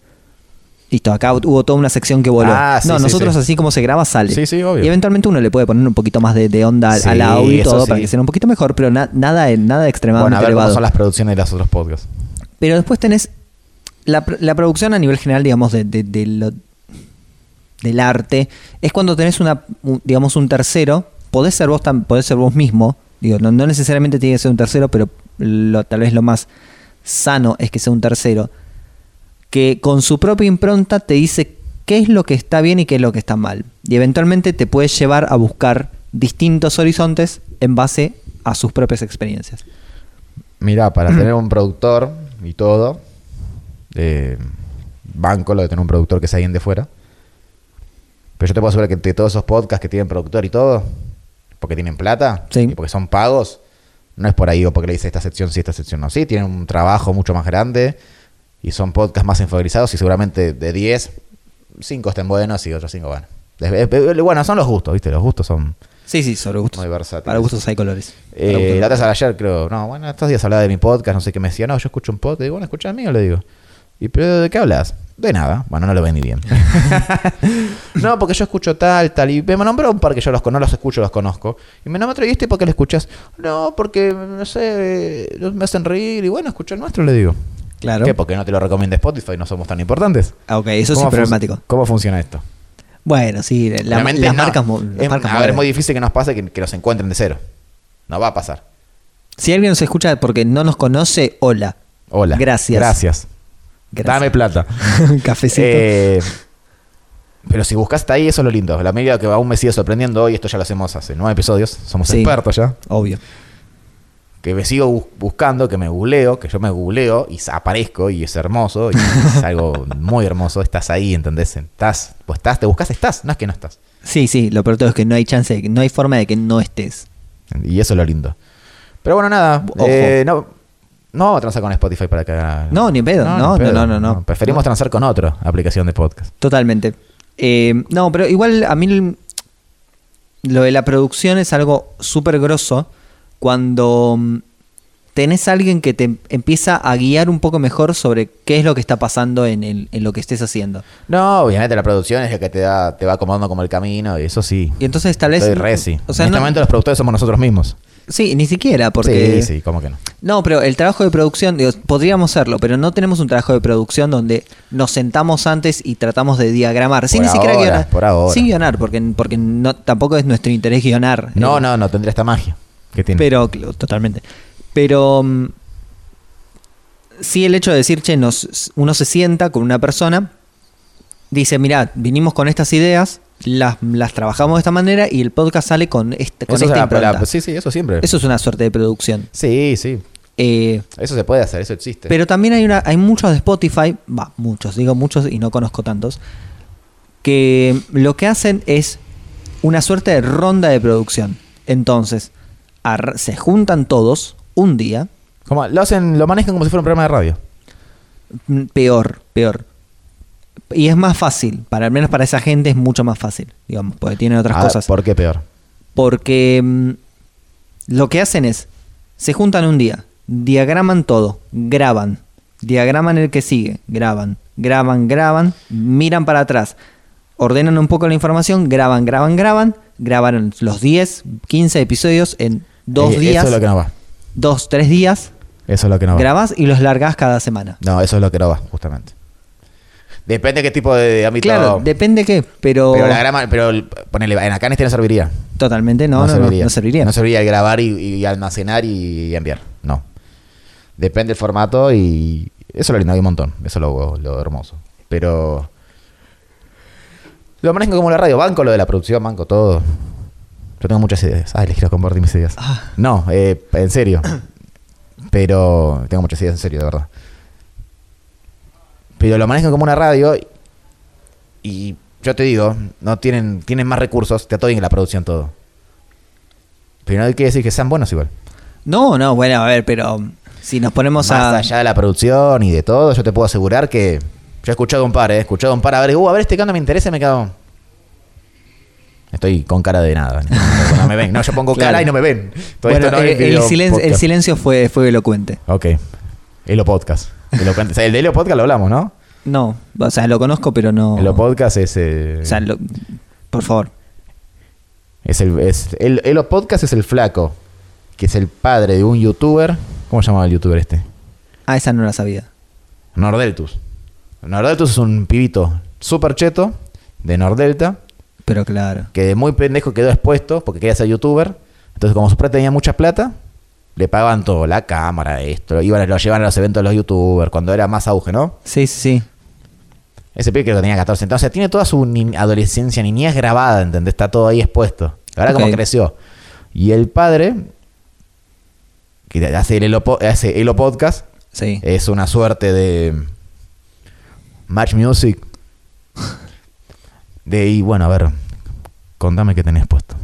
B: Listo, acá hubo toda una sección que voló.
A: Ah, sí,
B: no,
A: sí,
B: nosotros
A: sí.
B: así como se graba sale.
A: Sí, sí, obvio.
B: Y eventualmente uno le puede poner un poquito más de, de onda al-
A: Sí,
B: al audio y
A: eso
B: todo
A: sí.
B: para que sea un poquito mejor, pero na- nada, nada extremadamente
A: Bueno, a ver cómo
B: elevado.
A: son las producciones de los otros podcasts.
B: Pero después tenés la, pr- la producción a nivel general, digamos, de, de- de lo- del arte. Es cuando tenés una, un- digamos, un tercero. Podés ser vos, tam- podés ser vos mismo. Digo, no, no necesariamente tiene que ser un tercero, pero lo- tal vez lo más sano es que sea un tercero. Que con su propia impronta te dice qué es lo que está bien y qué es lo que está mal. Y eventualmente te puede llevar a buscar distintos horizontes en base a sus propias experiencias.
A: Mirá,
B: Mm.
A: para tener un productor y todo, eh, banco lo de tener un productor que sea alguien de fuera. Pero yo te puedo asegurar que de todos esos podcasts que tienen productor y todo, porque tienen plata
B: Sí.
A: y porque son pagos, no es por ahí o porque le dice esta sección sí, esta sección no. Sí, tienen un trabajo mucho más grande y son podcasts más enfocalizados y seguramente de 10, 5 estén buenos y otros 5 van. Bueno, son los gustos, ¿viste? Los gustos son...
B: Sí, sí, sobre gustos.
A: Muy versátiles.
B: Para gustos hay colores. Para
A: Eh,
B: gustos
A: la
B: no.
A: otra sala ayer, creo. No, bueno, estos días hablaba de mi podcast, no sé qué me decía. No, yo escucho un podcast. Digo, bueno, escucha el mío, le digo. ¿Y pero de qué hablas? De nada. Bueno, no lo ven ni bien. no, porque yo escucho tal, tal. Y me nombró un par que yo los, con- no los escucho, los conozco. Y me nombró, ¿y este por qué lo escuchas? No, porque, no sé, eh, me hacen reír. Y bueno, escucha el nuestro, le digo.
B: Claro.
A: ¿Qué? Porque no te lo recomienda Spotify, no somos tan importantes.
B: Ah, ok, eso sí
A: ¿Cómo fun-
B: es problemático.
A: ¿Cómo funciona esto?
B: Bueno, sí, la-
A: Obviamente
B: las
A: no.
B: marcas. mo- las
A: Es-
B: marcas
A: a ver, es muy
B: modernas.
A: difícil que nos pase que, que nos encuentren de cero. No va a pasar.
B: Si alguien nos escucha porque no nos conoce, hola.
A: Hola.
B: Gracias.
A: Gracias. Dame
B: Gracias.
A: plata.
B: Cafecito.
A: Eh, pero si buscas está ahí, eso es lo lindo. La medida que aún me sigue sorprendiendo hoy, esto ya lo hacemos hace nueve episodios, somos
B: Sí.
A: expertos ya.
B: Obvio.
A: Que me sigo bus- buscando, que me googleo, que yo me googleo y sa- aparezco y es hermoso, y es algo muy hermoso. Estás ahí, ¿entendés? Estás, o estás, te buscas, estás, no es que no estás.
B: Sí, sí, lo peor de todo es que no hay chance, de que- no hay forma de que no estés.
A: Y eso es lo lindo. Pero bueno, nada.
B: Ojo.
A: eh, no, no vamos a transar con Spotify para que.
B: No, ni pedo, no,
A: ni
B: no, no, no, no.
A: Preferimos transar con otra aplicación de podcast.
B: Totalmente. Eh, no, pero igual a mí l- lo de la producción es algo súper grosso cuando mm, tenés a alguien que te empieza a guiar un poco mejor sobre qué es lo que está pasando en, el- en lo que estés haciendo.
A: No, obviamente la producción es la que te da, te va acomodando como el camino, y eso sí.
B: Y entonces tal vez...
A: Estoy re, sí.
B: O sea,
A: en este
B: no-
A: momento los productores somos nosotros mismos.
B: Sí, ni siquiera, porque...
A: Sí, sí, ¿cómo que no?
B: No, pero el trabajo de producción, digo, podríamos hacerlo, pero no tenemos un trabajo de producción donde nos sentamos antes y tratamos de diagramar. Sin
A: Por
B: ni siquiera
A: ahora,
B: guionar.
A: por ahora.
B: Sin guionar, porque, porque no, tampoco es nuestro interés guionar.
A: No,
B: Eh,
A: no, no tendría esta magia que tiene.
B: Pero, cl- totalmente. Pero mm, sí el hecho de decir, che, nos, uno se sienta con una persona, dice, mirá, vinimos con estas ideas, las, las trabajamos de esta manera y el podcast sale con, este, con
A: eso
B: esta
A: es la- la-
B: impronta.
A: sí, sí, eso siempre.
B: Eso es una suerte de producción.
A: Sí, sí.
B: Eh,
A: Eso se puede hacer, eso existe.
B: pero también hay, una, hay muchos de Spotify, va, muchos, digo muchos y no conozco tantos, que lo que hacen es una suerte de ronda de producción. Entonces, ar- se juntan todos un día,
A: Como, lo hacen, lo manejan como si fuera un programa de radio.
B: Mm, Peor, peor. Y es más fácil, para al menos para esa gente es mucho más fácil, digamos, porque tienen otras
A: A ver,
B: cosas.
A: Ah, ¿Por qué peor?
B: Porque mm, lo que hacen es, se juntan un día, diagraman todo, graban, diagraman el que sigue, graban, graban, graban, miran para atrás, ordenan un poco la información, graban, graban, graban, grabaron los 10, 15 episodios en dos
A: Eh,
B: días,
A: Eso es lo que no va.
B: dos, tres días,
A: Eso es lo que no va.
B: grabás y los largás cada semana.
A: No, eso es lo que no va, justamente. Depende qué tipo de ámbito.
B: Claro, depende qué, pero...
A: Pero la grama, pero el- ponele, en acá en este no serviría.
B: Totalmente, no, no, no, no serviría.
A: No, serviría el grabar y, y almacenar y, enviar. No. Depende del formato y. Eso lo lindo, hay un montón. Eso es lo, lo hermoso. Pero. Lo manejan como la radio. Banco lo de la producción, banco todo. Yo tengo muchas ideas. Ay, les quiero compartir mis ideas.
B: Ah.
A: No, eh, en serio. Pero. Tengo muchas ideas, en serio, de verdad. Pero lo manejan como una radio y yo te digo, no tienen, tienen más recursos, te bien en la producción todo. Pero no hay que decir que sean buenos igual.
B: No, no, bueno, a ver, pero si nos ponemos
A: Más
B: a...
A: allá de la producción y de todo, yo te puedo asegurar que. Yo he escuchado un par, ¿eh? he escuchado un par. A ver, uh, a ver, este cano me interesa, me cago. Estoy con cara de nada. No, no me ven. No, yo pongo
B: Claro.
A: cara y no me ven. Todo
B: bueno,
A: esto no
B: eh,
A: es
B: el,
A: video
B: silen- el
A: podcast.
B: silencio fue, fue elocuente.
A: Ok. Elo Podcast. Elo Podcast. O sea, el de Elo Podcast lo hablamos, ¿no?
B: No, o sea, lo conozco, pero no...
A: Elo Podcast es. eh,
B: O sea, lo- por favor.
A: Es el, es el, Elo Podcast es el flaco, que es el padre de un youtuber. ¿Cómo se llamaba el youtuber este?
B: Ah, esa no la sabía.
A: Nordeltus. Nordeltus es un pibito súper cheto de Nordelta,
B: Pero claro.
A: que de muy pendejo quedó expuesto porque quería ser youtuber. Entonces, como su padre tenía mucha plata, le pagaban todo, la cámara, esto, iban, lo llevaban a los eventos de los youtubers, cuando era más auge, ¿no?
B: Sí, sí, sí.
A: Ese pibe creo que tenía 14. Entonces tiene toda su ni- adolescencia, niñez grabada, ¿entendés? Está todo ahí expuesto. Ahora
B: Ok.
A: como creció. Y el padre, que hace el Elo, Po- hace Elo Podcast,
B: Sí.
A: es una suerte de Match Music. De ahí, bueno, a ver, contame qué tenés puesto.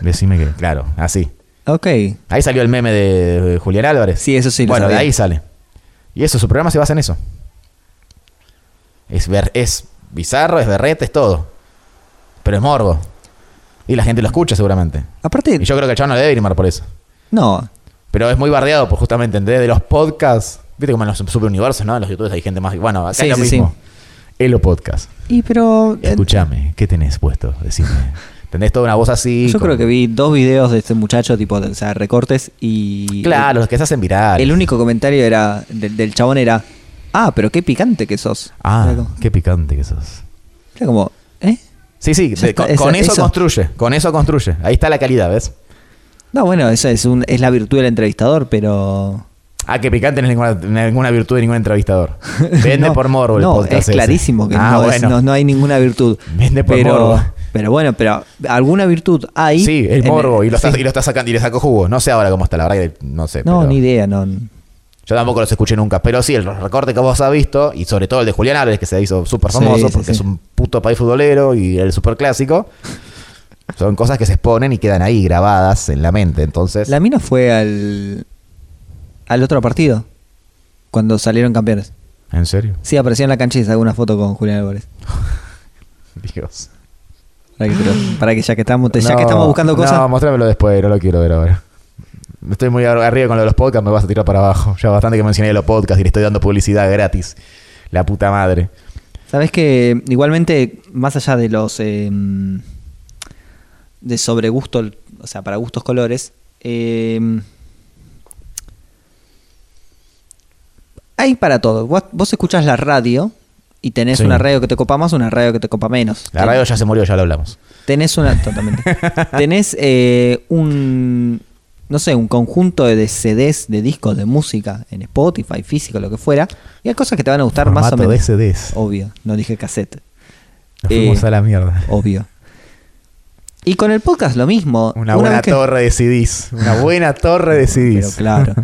A: Decime que, claro, así.
B: ok.
A: Ahí salió el meme de Julián Álvarez.
B: Sí, eso sí lo
A: Bueno, de
B: sabía.
A: ahí sale. Y eso, su programa se basa en eso. Es, ver, es bizarro, es berrete, es todo. Pero es morbo. Y la gente lo escucha seguramente.
B: Aparte,
A: Y yo creo que el chaval no le debe grimar por eso.
B: no.
A: Pero es muy bardeado, pues justamente, ¿entendés? De los podcasts. Viste como en los superuniversos, ¿no? En los youtubers hay gente más. Bueno, acá
B: Sí,
A: es lo
B: sí,
A: mismo. Elo Podcast.
B: Y pero... eh,
A: Escúchame, ¿qué tenés puesto? Decime. ¿Tenés toda una voz así?
B: yo
A: con-
B: creo que vi dos videos de este muchacho, tipo, de- o sea, recortes y...
A: Claro, los que se hacen virales.
B: El único comentario era del, del chabón era, ah, pero qué picante que sos.
A: Ah,
B: Era como,
A: qué picante que sos.
B: era como, ¿eh?
A: Sí, sí,
B: Ya
A: de-
B: está,
A: con,
B: esa-
A: con eso,
B: eso.
A: construye, con eso construye. Ahí está la calidad, ¿ves?
B: No, bueno, esa es, un, es la virtud del entrevistador, pero...
A: Ah, que picante no es ninguna, no es ninguna virtud de ningún entrevistador. Vende
B: No,
A: por morbo el
B: no,
A: podcast.
B: es
A: ese.
B: clarísimo que
A: Ah,
B: no, es-
A: bueno.
B: no- no hay ninguna virtud.
A: Vende por
B: pero,
A: morbo.
B: Pero bueno, pero alguna virtud hay.
A: Sí, el
B: en-
A: morbo, y lo,
B: sí.
A: está, y lo está sacando, y le sacó jugo. No sé ahora cómo está, la verdad que no sé.
B: No,
A: pero-
B: ni idea, no.
A: Yo tampoco los escuché nunca, pero sí, el recorte que vos has visto, y sobre todo el de Julián Álvarez, que se hizo súper
B: Sí,
A: famoso
B: sí,
A: porque
B: sí.
A: es un puto país futbolero y el súper clásico, son cosas que se exponen y quedan ahí grabadas en la mente. Entonces,
B: La mina fue al, al otro partido, cuando salieron campeones.
A: ¿en serio?
B: Sí, apareció en la cancha y sacó una foto con Julián Álvarez.
A: Dios.
B: Para que, pero- para que ya que estamos, ya que estamos buscando cosas...
A: No, mostrámelo después, no lo quiero ver ahora. Estoy muy ar- arriba con lo de los podcasts, me vas a tirar para abajo. Ya bastante que mencioné los podcasts y le estoy dando publicidad gratis. La puta madre.
B: Sabes que igualmente, más allá de los eh, de sobregusto, o sea, para gustos colores, eh, hay para todo. Vos, vos escuchás la radio y tenés
A: Sí.
B: una radio que te copa más, una radio que te copa menos.
A: La radio ya se murió, ya lo hablamos.
B: Tenés una. Totalmente. tenés eh, un. No sé, un conjunto de CDs, de discos, de música, en Spotify, físico, lo que fuera. Y hay cosas que te van a gustar más o
A: Formato
B: menos.
A: DCDs.
B: Obvio, no dije cassette.
A: Nos
B: Eh,
A: fuimos a la mierda.
B: Obvio. Y con el podcast lo mismo.
A: Una
B: Una
A: buena
B: vez que-
A: torre de CDs. Una buena torre de CDs.
B: Pero claro.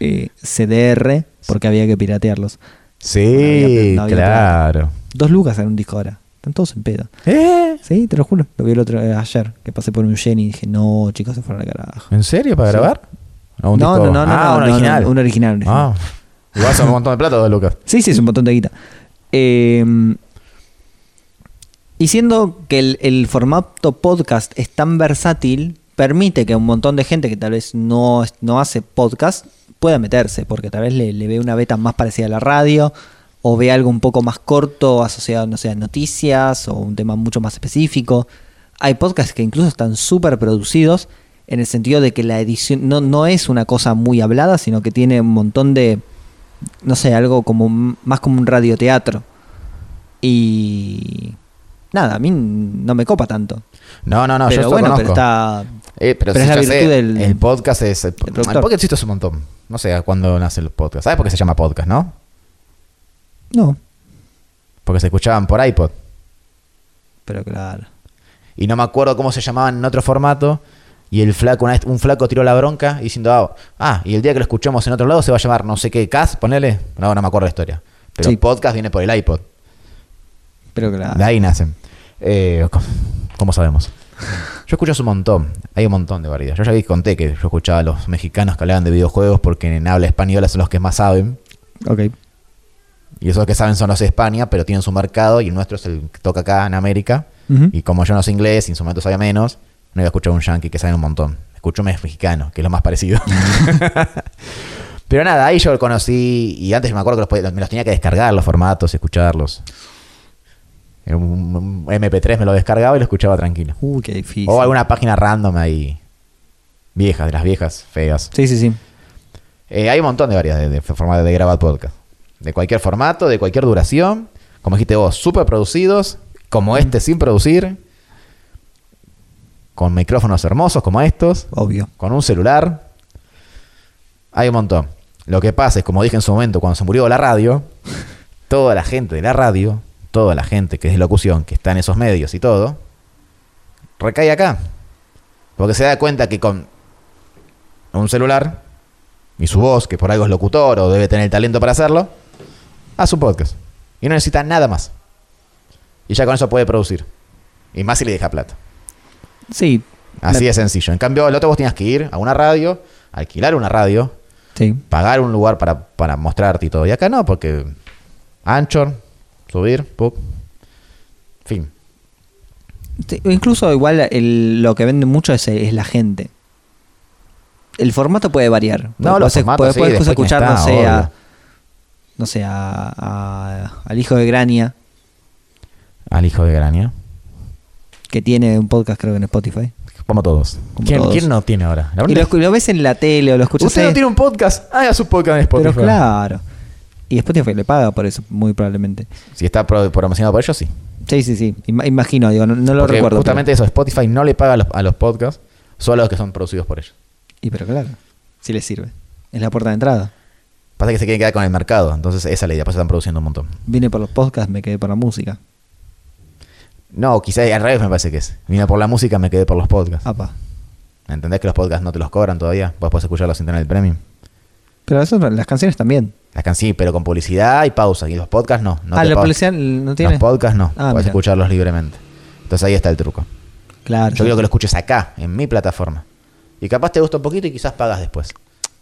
B: eh, CDR porque había que piratearlos.
A: Sí,
B: No había- no había
A: claro.
B: Dos lucas en un disco ahora. Están todos en pedo.
A: ¿Eh?
B: Sí, te lo juro. Lo vi el otro eh, ayer, que pasé por un Jenny y dije, no, chicos, se fueron al carajo.
A: ¿En serio? ¿Para
B: Sí.
A: grabar? ¿O un
B: no,
A: disco?
B: no, no, no,
A: Ah,
B: no,
A: un
B: no,
A: original.
B: no, un original. un
A: Ah.
B: original.
A: Igual son un montón de plata, dos lucas.
B: Sí, sí, es un montón de guita. Eh, y siendo que el, el formato podcast es tan versátil, permite que un montón de gente que tal vez no, no hace podcast pueda meterse, porque tal vez le, le ve una beta más parecida a la radio, o ve algo un poco más corto asociado, no sé, a noticias, o un tema mucho más específico. Hay podcasts que incluso están súper producidos, en el sentido de que la edición no, no es una cosa muy hablada, sino que tiene un montón de, no sé, algo como un- más como un radioteatro. Y nada, a mí no me copa tanto.
A: No, no, no, yo
B: pero
A: esto
B: bueno,
A: conozco.
B: pero está
A: Eh, pero
B: pero es
A: sí,
B: la
A: ya sé,
B: virtud del-
A: el podcast es... El, el
B: productor.
A: podcast existe hace un montón. No sé cuándo nace el podcast. ¿Sabes por qué se llama podcast, no?
B: no,
A: Porque se escuchaban por iPod.
B: pero claro.
A: Y no me acuerdo cómo se llamaban en otro formato. Y el flaco, una vez- un flaco tiró la bronca diciendo, ah, ah, y el día que lo escuchamos en otro lado se va a llamar no sé qué, Cas, ponele. No, no me acuerdo la historia. Pero
B: Sí. Ah.
A: podcast viene por el iPod.
B: Pero claro.
A: De ahí nacen. Eh, co- ¿Cómo sabemos? Yo escucho hace un montón. Hay un montón de variedades. Yo ya vi- conté que yo escuchaba a los mexicanos que hablaban de videojuegos porque en habla española son los que más saben.
B: Ok.
A: Y esos que saben son los de España, pero tienen su mercado y el nuestro es el que toca acá en América.
B: Ujú.
A: Y como yo no sé inglés, en su momento sabía menos, no iba a escuchar a un yankee que sabe un montón. Escucho un mexicano, que es lo más parecido. pero nada, ahí yo lo conocí y antes me acuerdo que los pod- me los tenía que descargar los formatos, escucharlos. En Un un MP3 me lo descargaba y lo escuchaba tranquilo.
B: Uh, qué difícil.
A: O alguna página random ahí. Viejas, de las viejas, feas.
B: Sí, sí, sí.
A: Eh, hay un montón de varias de, de formas de grabar podcast. De cualquier formato, de cualquier duración. Como dijiste vos, súper producidos. Como este sin producir. Con micrófonos hermosos como estos.
B: Obvio.
A: Con un celular. Hay un montón. Lo que pasa es, como dije en su momento, cuando se murió la radio, toda la gente de la radio, toda la gente que es de locución, que está en esos medios y todo, recae acá. Porque se da cuenta que con un celular y su voz, que por algo es locutor o debe tener el talento para hacerlo, hace un podcast. Y no necesita nada más. Y ya con eso puede producir. Y más si le deja plata.
B: Sí.
A: Así
B: Me-
A: de sencillo. En cambio, el otro vos tenías que ir a una radio, alquilar una radio,
B: Sí.
A: pagar un lugar para, para mostrarte y todo. Y acá no, porque Anchor, subir, pop. Fin.
B: Sí, Incluso igual el- lo que vende mucho es, es la gente. El formato puede variar.
A: No,
B: Podés-
A: los formatos,
B: podés-
A: sí,
B: podés
A: después quién
B: escuchar, no
A: está,
B: sé, a,
A: obvio.
B: no sé, a- a- al hijo de Grania,
A: Al hijo de ¿eh? Grania.
B: que tiene un podcast creo que en Spotify.
A: Como todos.
B: Como
A: ¿Quién,
B: todos.
A: quién no tiene ahora? La
B: Y
A: verdad
B: lo,
A: es-
B: escu- lo ves en la tele o lo escuchas
A: Usted
B: en-
A: no tiene un podcast. Haga su podcast en Spotify.
B: Pero claro. Y Spotify le paga por eso, muy probablemente.
A: Si está pro- promocionado por ellos, sí.
B: Sí, sí, sí. Ima- imagino, digo, no, no lo
A: Porque
B: recuerdo.
A: Justamente eso, Spotify no le paga a los, a los podcasts, solo a los que son producidos por ellos.
B: pero- y pero claro, sí le sirve. Es la puerta de entrada.
A: Pasa que se quieren quedar con el mercado, entonces esa es la idea, por eso están produciendo un montón.
B: Vine por los podcasts, me quedé por la música.
A: No, quizás al revés me parece que es. Vine por la música, me quedé por los podcasts.
B: Apa.
A: ¿Entendés que los podcasts no te los cobran todavía? Vos podés escucharlos sin tener el premium.
B: Pero eso, no- las canciones también.
A: Las can- sí, pero con publicidad y pausa. Y los podcasts no. no
B: ah,
A: te
B: la
A: pagan.
B: publicidad no tiene.
A: Los podcasts no.
B: Ah,
A: podés
B: mira.
A: escucharlos libremente. Entonces ahí está el truco.
B: Claro.
A: Yo quiero que lo escuches acá, en mi plataforma. Y capaz te gusta un poquito y quizás pagas después.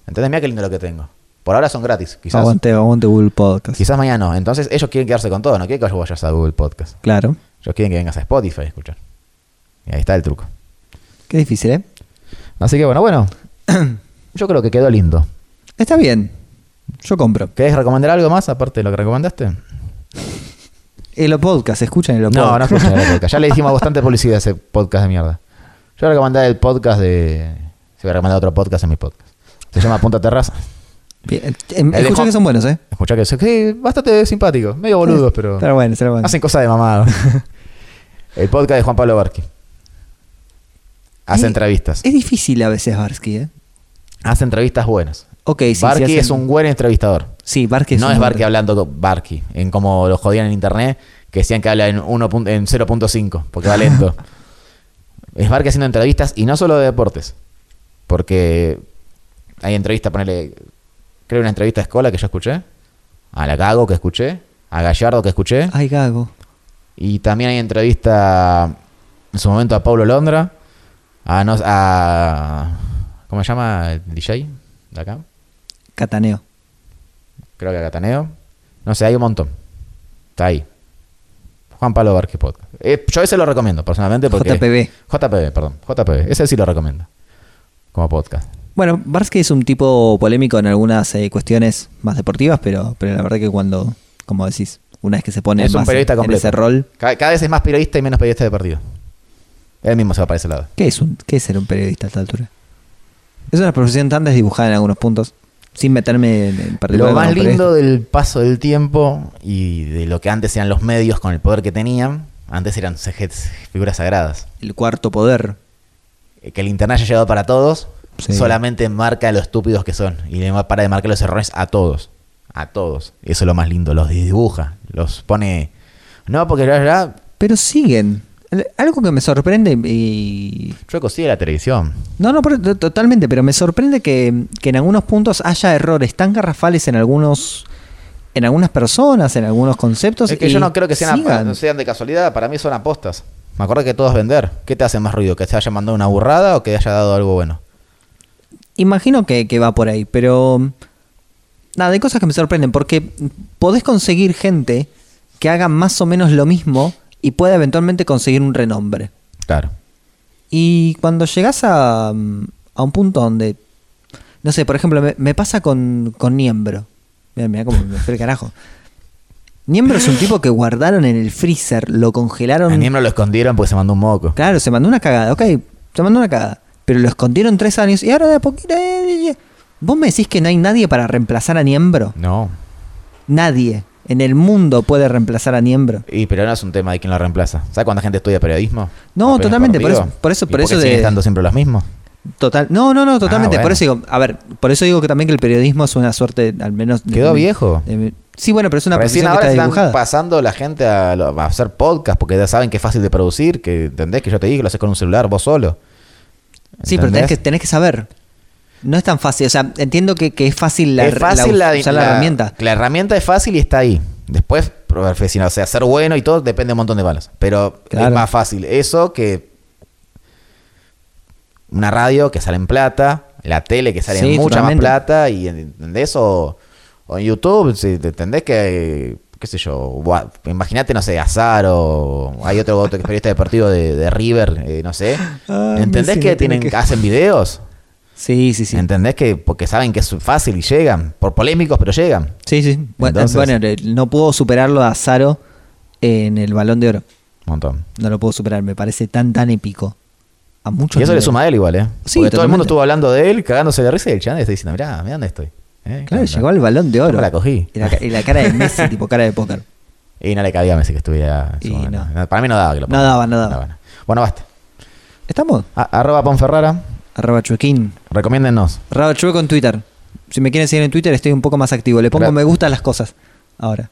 A: ¿Entendés? Mira qué lindo lo que tengo. Por ahora son gratis. Quizás,
B: Aguante, aguante Google Podcast.
A: quizás mañana no. Entonces ellos quieren quedarse con todo. No quieren que vayas a Google Podcast.
B: Claro.
A: Ellos quieren que vengas a Spotify a escuchar. Y ahí está el truco.
B: Qué difícil, ¿eh?
A: Así que bueno, bueno. Yo creo que quedó lindo.
B: Está bien. Yo compro.
A: ¿Querés recomendar algo más aparte de lo que recomendaste?
B: El podcast, Eh, escuchan el podcast.
A: No, no escuchen el podcast. Ya le dijimos bastante publicidad a ese podcast de mierda. Yo voy a recomendar el podcast de. Se voy a recomendar otro podcast en mi podcast. Se llama Punta Terraza.
B: Bien. Em,
A: El de
B: Escuché
A: Juan-
B: que son buenos, ¿eh?
A: Escuchá que sí, bastante simpático, medio boludos, pero.
B: Pero bueno, será bueno.
A: Hacen cosas de mamado. el podcast de Juan Pablo Barqui. Hace
B: Eh,
A: entrevistas.
B: Es difícil a veces Barsky, ¿eh?
A: Hace entrevistas buenas.
B: Ok, sí, sí.
A: Barqui
B: hacen-
A: es un buen entrevistador.
B: Sí, Barky
A: no
B: un
A: es
B: buen-
A: Barqui hablando con Barqui, en como lo jodían en internet, que decían que habla en, uno pun- en 0.5, porque va lento. es Barqui haciendo entrevistas y no solo de deportes, porque hay entrevistas, ponele, creo, una entrevista a Escola que yo escuché, a la Gago que escuché, a Gallardo que escuché,
B: Ay, Gago.
A: y también hay entrevista en su momento a Pablo Londra, a, no- a ¿cómo se llama? el DJ de acá,
B: Cataneo.
A: creo que a Cataneo, no sé, hay un montón, está ahí. Juan Pablo Barque Podcast. Eh, yo ese lo recomiendo personalmente porque...
B: JPB.
A: JPB, perdón. JPB. Ese sí lo recomiendo. Como podcast.
B: Bueno, Barsky es un tipo polémico en algunas eh, cuestiones más deportivas, pero, pero la verdad que cuando, como decís, una vez que se pone
A: es un
B: más
A: periodista
B: en, en
A: completo.
B: ese rol,
A: Cada, cada vez es más periodista y menos periodista de partido. Él mismo se va para ese lado.
B: ¿qué es, un, ¿qué es ser un periodista a esta altura? Es una profesión tan desdibujada en algunos puntos, sin meterme en, en particular
A: Lo más
B: como periodista.
A: lindo del paso del tiempo y de lo que antes eran los medios con el poder que tenían, antes eran CG figuras sagradas.
B: El cuarto poder.
A: Eh, Que el internet haya llegado para todos,
B: Sí.
A: solamente marca lo estúpidos que son y le ma- para de marcar los errores a todos. A todos. Eso es lo más lindo. Los dibuja. Los pone. No, porque ya, ya.
B: Pero siguen. El- Algo que me sorprende y...
A: Chueco sigue la televisión.
B: No, no, pero- to- totalmente, pero me sorprende que, que en algunos puntos haya errores tan garrafales en algunos... En algunas personas, en algunos conceptos.
A: Es que
B: y
A: yo no creo que sean,
B: sigan.
A: no sean de casualidad, para mí son apostas. Me acuerdo que todo es vender. ¿Qué te hace más ruido? ¿Que te haya mandado una burrada o que haya dado algo bueno?
B: Imagino que, que va por ahí, pero. Nada, hay cosas que me sorprenden, porque podés conseguir gente que haga más o menos lo mismo y pueda eventualmente conseguir un renombre.
A: Claro.
B: Y cuando llegás a, mm, a un punto donde. No sé, por ejemplo, me, me pasa con, con Niembro. Mira, mira cómo me fue el carajo. Niembro es un tipo que guardaron en el freezer, lo congelaron.
A: A Niembro lo escondieron porque se mandó un moco.
B: Claro, se mandó una cagada, ok, se mandó una cagada. Pero lo escondieron tres años y ahora de a poquito. eh, eh, eh. Vos me decís que no hay nadie para reemplazar a Niembro.
A: No.
B: Nadie en el mundo puede reemplazar a Niembro.
A: Y pero no es un tema de quién lo reemplaza. ¿Sabes cuánta gente estudia periodismo?
B: No,
A: Apenas
B: totalmente, por
A: conmigo.
B: eso- por eso-
A: ¿Y
B: por eso
A: qué
B: de-
A: siguen estando siempre los mismos.
B: Total, no, no, no, totalmente.
A: Ah, bueno.
B: Por eso digo, a ver, por eso digo que también que el periodismo es una suerte, al menos. de-
A: Quedó
B: de-
A: viejo.
B: de- sí, bueno, pero es una
A: Recién
B: profesión que
A: ahora
B: está
A: están
B: dibujada.
A: pasando la gente a, lo- a hacer podcast porque ya saben que es fácil de producir, que entendés que yo te dije que lo haces con un celular vos solo.
B: Sí, pero tenés
A: ¿Entendés?
B: que, tenés que saber. No es tan fácil, o sea, entiendo que, que es fácil la,
A: es
B: la
A: fácil
B: us-
A: la,
B: usar la herramienta.
A: La herramienta es fácil y está ahí. Después, profesional, o sea, ser bueno y todo depende de un montón de balas. Pero
B: Claro.
A: es más fácil eso que una radio que sale en plata, la tele que sale
B: Sí,
A: en mucha
B: totalmente.
A: más plata, y ¿entendés? O, o en YouTube, si te entendés que, qué sé yo, gua- imagínate, no sé, Azar o hay otro, otro periodista deportivo de, de River, eh, no sé.
B: Ah,
A: ¿Entendés
B: Messi
A: que,
B: no tiene
A: tienen,
B: que-
A: hacen videos?
B: Sí, sí, sí.
A: ¿Entendés que? Porque saben que es fácil y llegan. Por polémicos, pero llegan.
B: Sí, sí. Bueno,
A: Entonces-
B: bueno, eh, no puedo superarlo a Zaro en el Balón de Oro.
A: Un montón.
B: No lo puedo superar, me parece tan, tan épico. A muchos.
A: Y eso le
B: niveles.
A: suma a él igual, ¿eh?
B: Sí,
A: Porque todo el mundo
B: totalmente.
A: estuvo hablando de él, cagándose la risa y el chan está diciendo, mirá, mirá dónde estoy. ¿Eh?
B: Claro,
A: ¿Qué
B: llegó
A: onda?
B: al Balón de
A: Yo me
B: Oro.
A: la cogí.
B: Y la, ca- y la cara de Messi, tipo cara de póker.
A: Y no le cabía a Messi que estuviera. en su
B: Y
A: momento.
B: no.
A: Para mí no daba que lo ponga.
B: No daba, no daba.
A: Bueno, basta.
B: ¿Estamos?
A: A- arroba Ponferrara,
B: Arroba Chuequín.
A: recomiéndenos.
B: Arroba Chueco en Twitter. Si me quieren seguir en Twitter, estoy un poco más activo. Le pongo
A: Claro.
B: me gusta a las cosas. Ahora.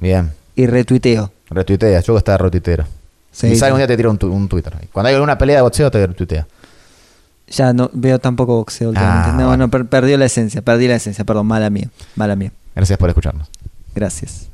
A: Bien.
B: Y retuiteo.
A: Retuitea, yo que está retuitero.
B: Sí,
A: Quizá
B: sí.
A: algún día te tiro un, tu- un Twitter. Cuando hay alguna pelea de boxeo, te retuitea.
B: Ya no veo tampoco boxeo últimamente.
A: Ah,
B: no,
A: bueno.
B: no, per- perdió la esencia. Perdí la esencia. Perdón, mala mía. Mala mía.
A: Gracias por escucharnos.
B: Gracias.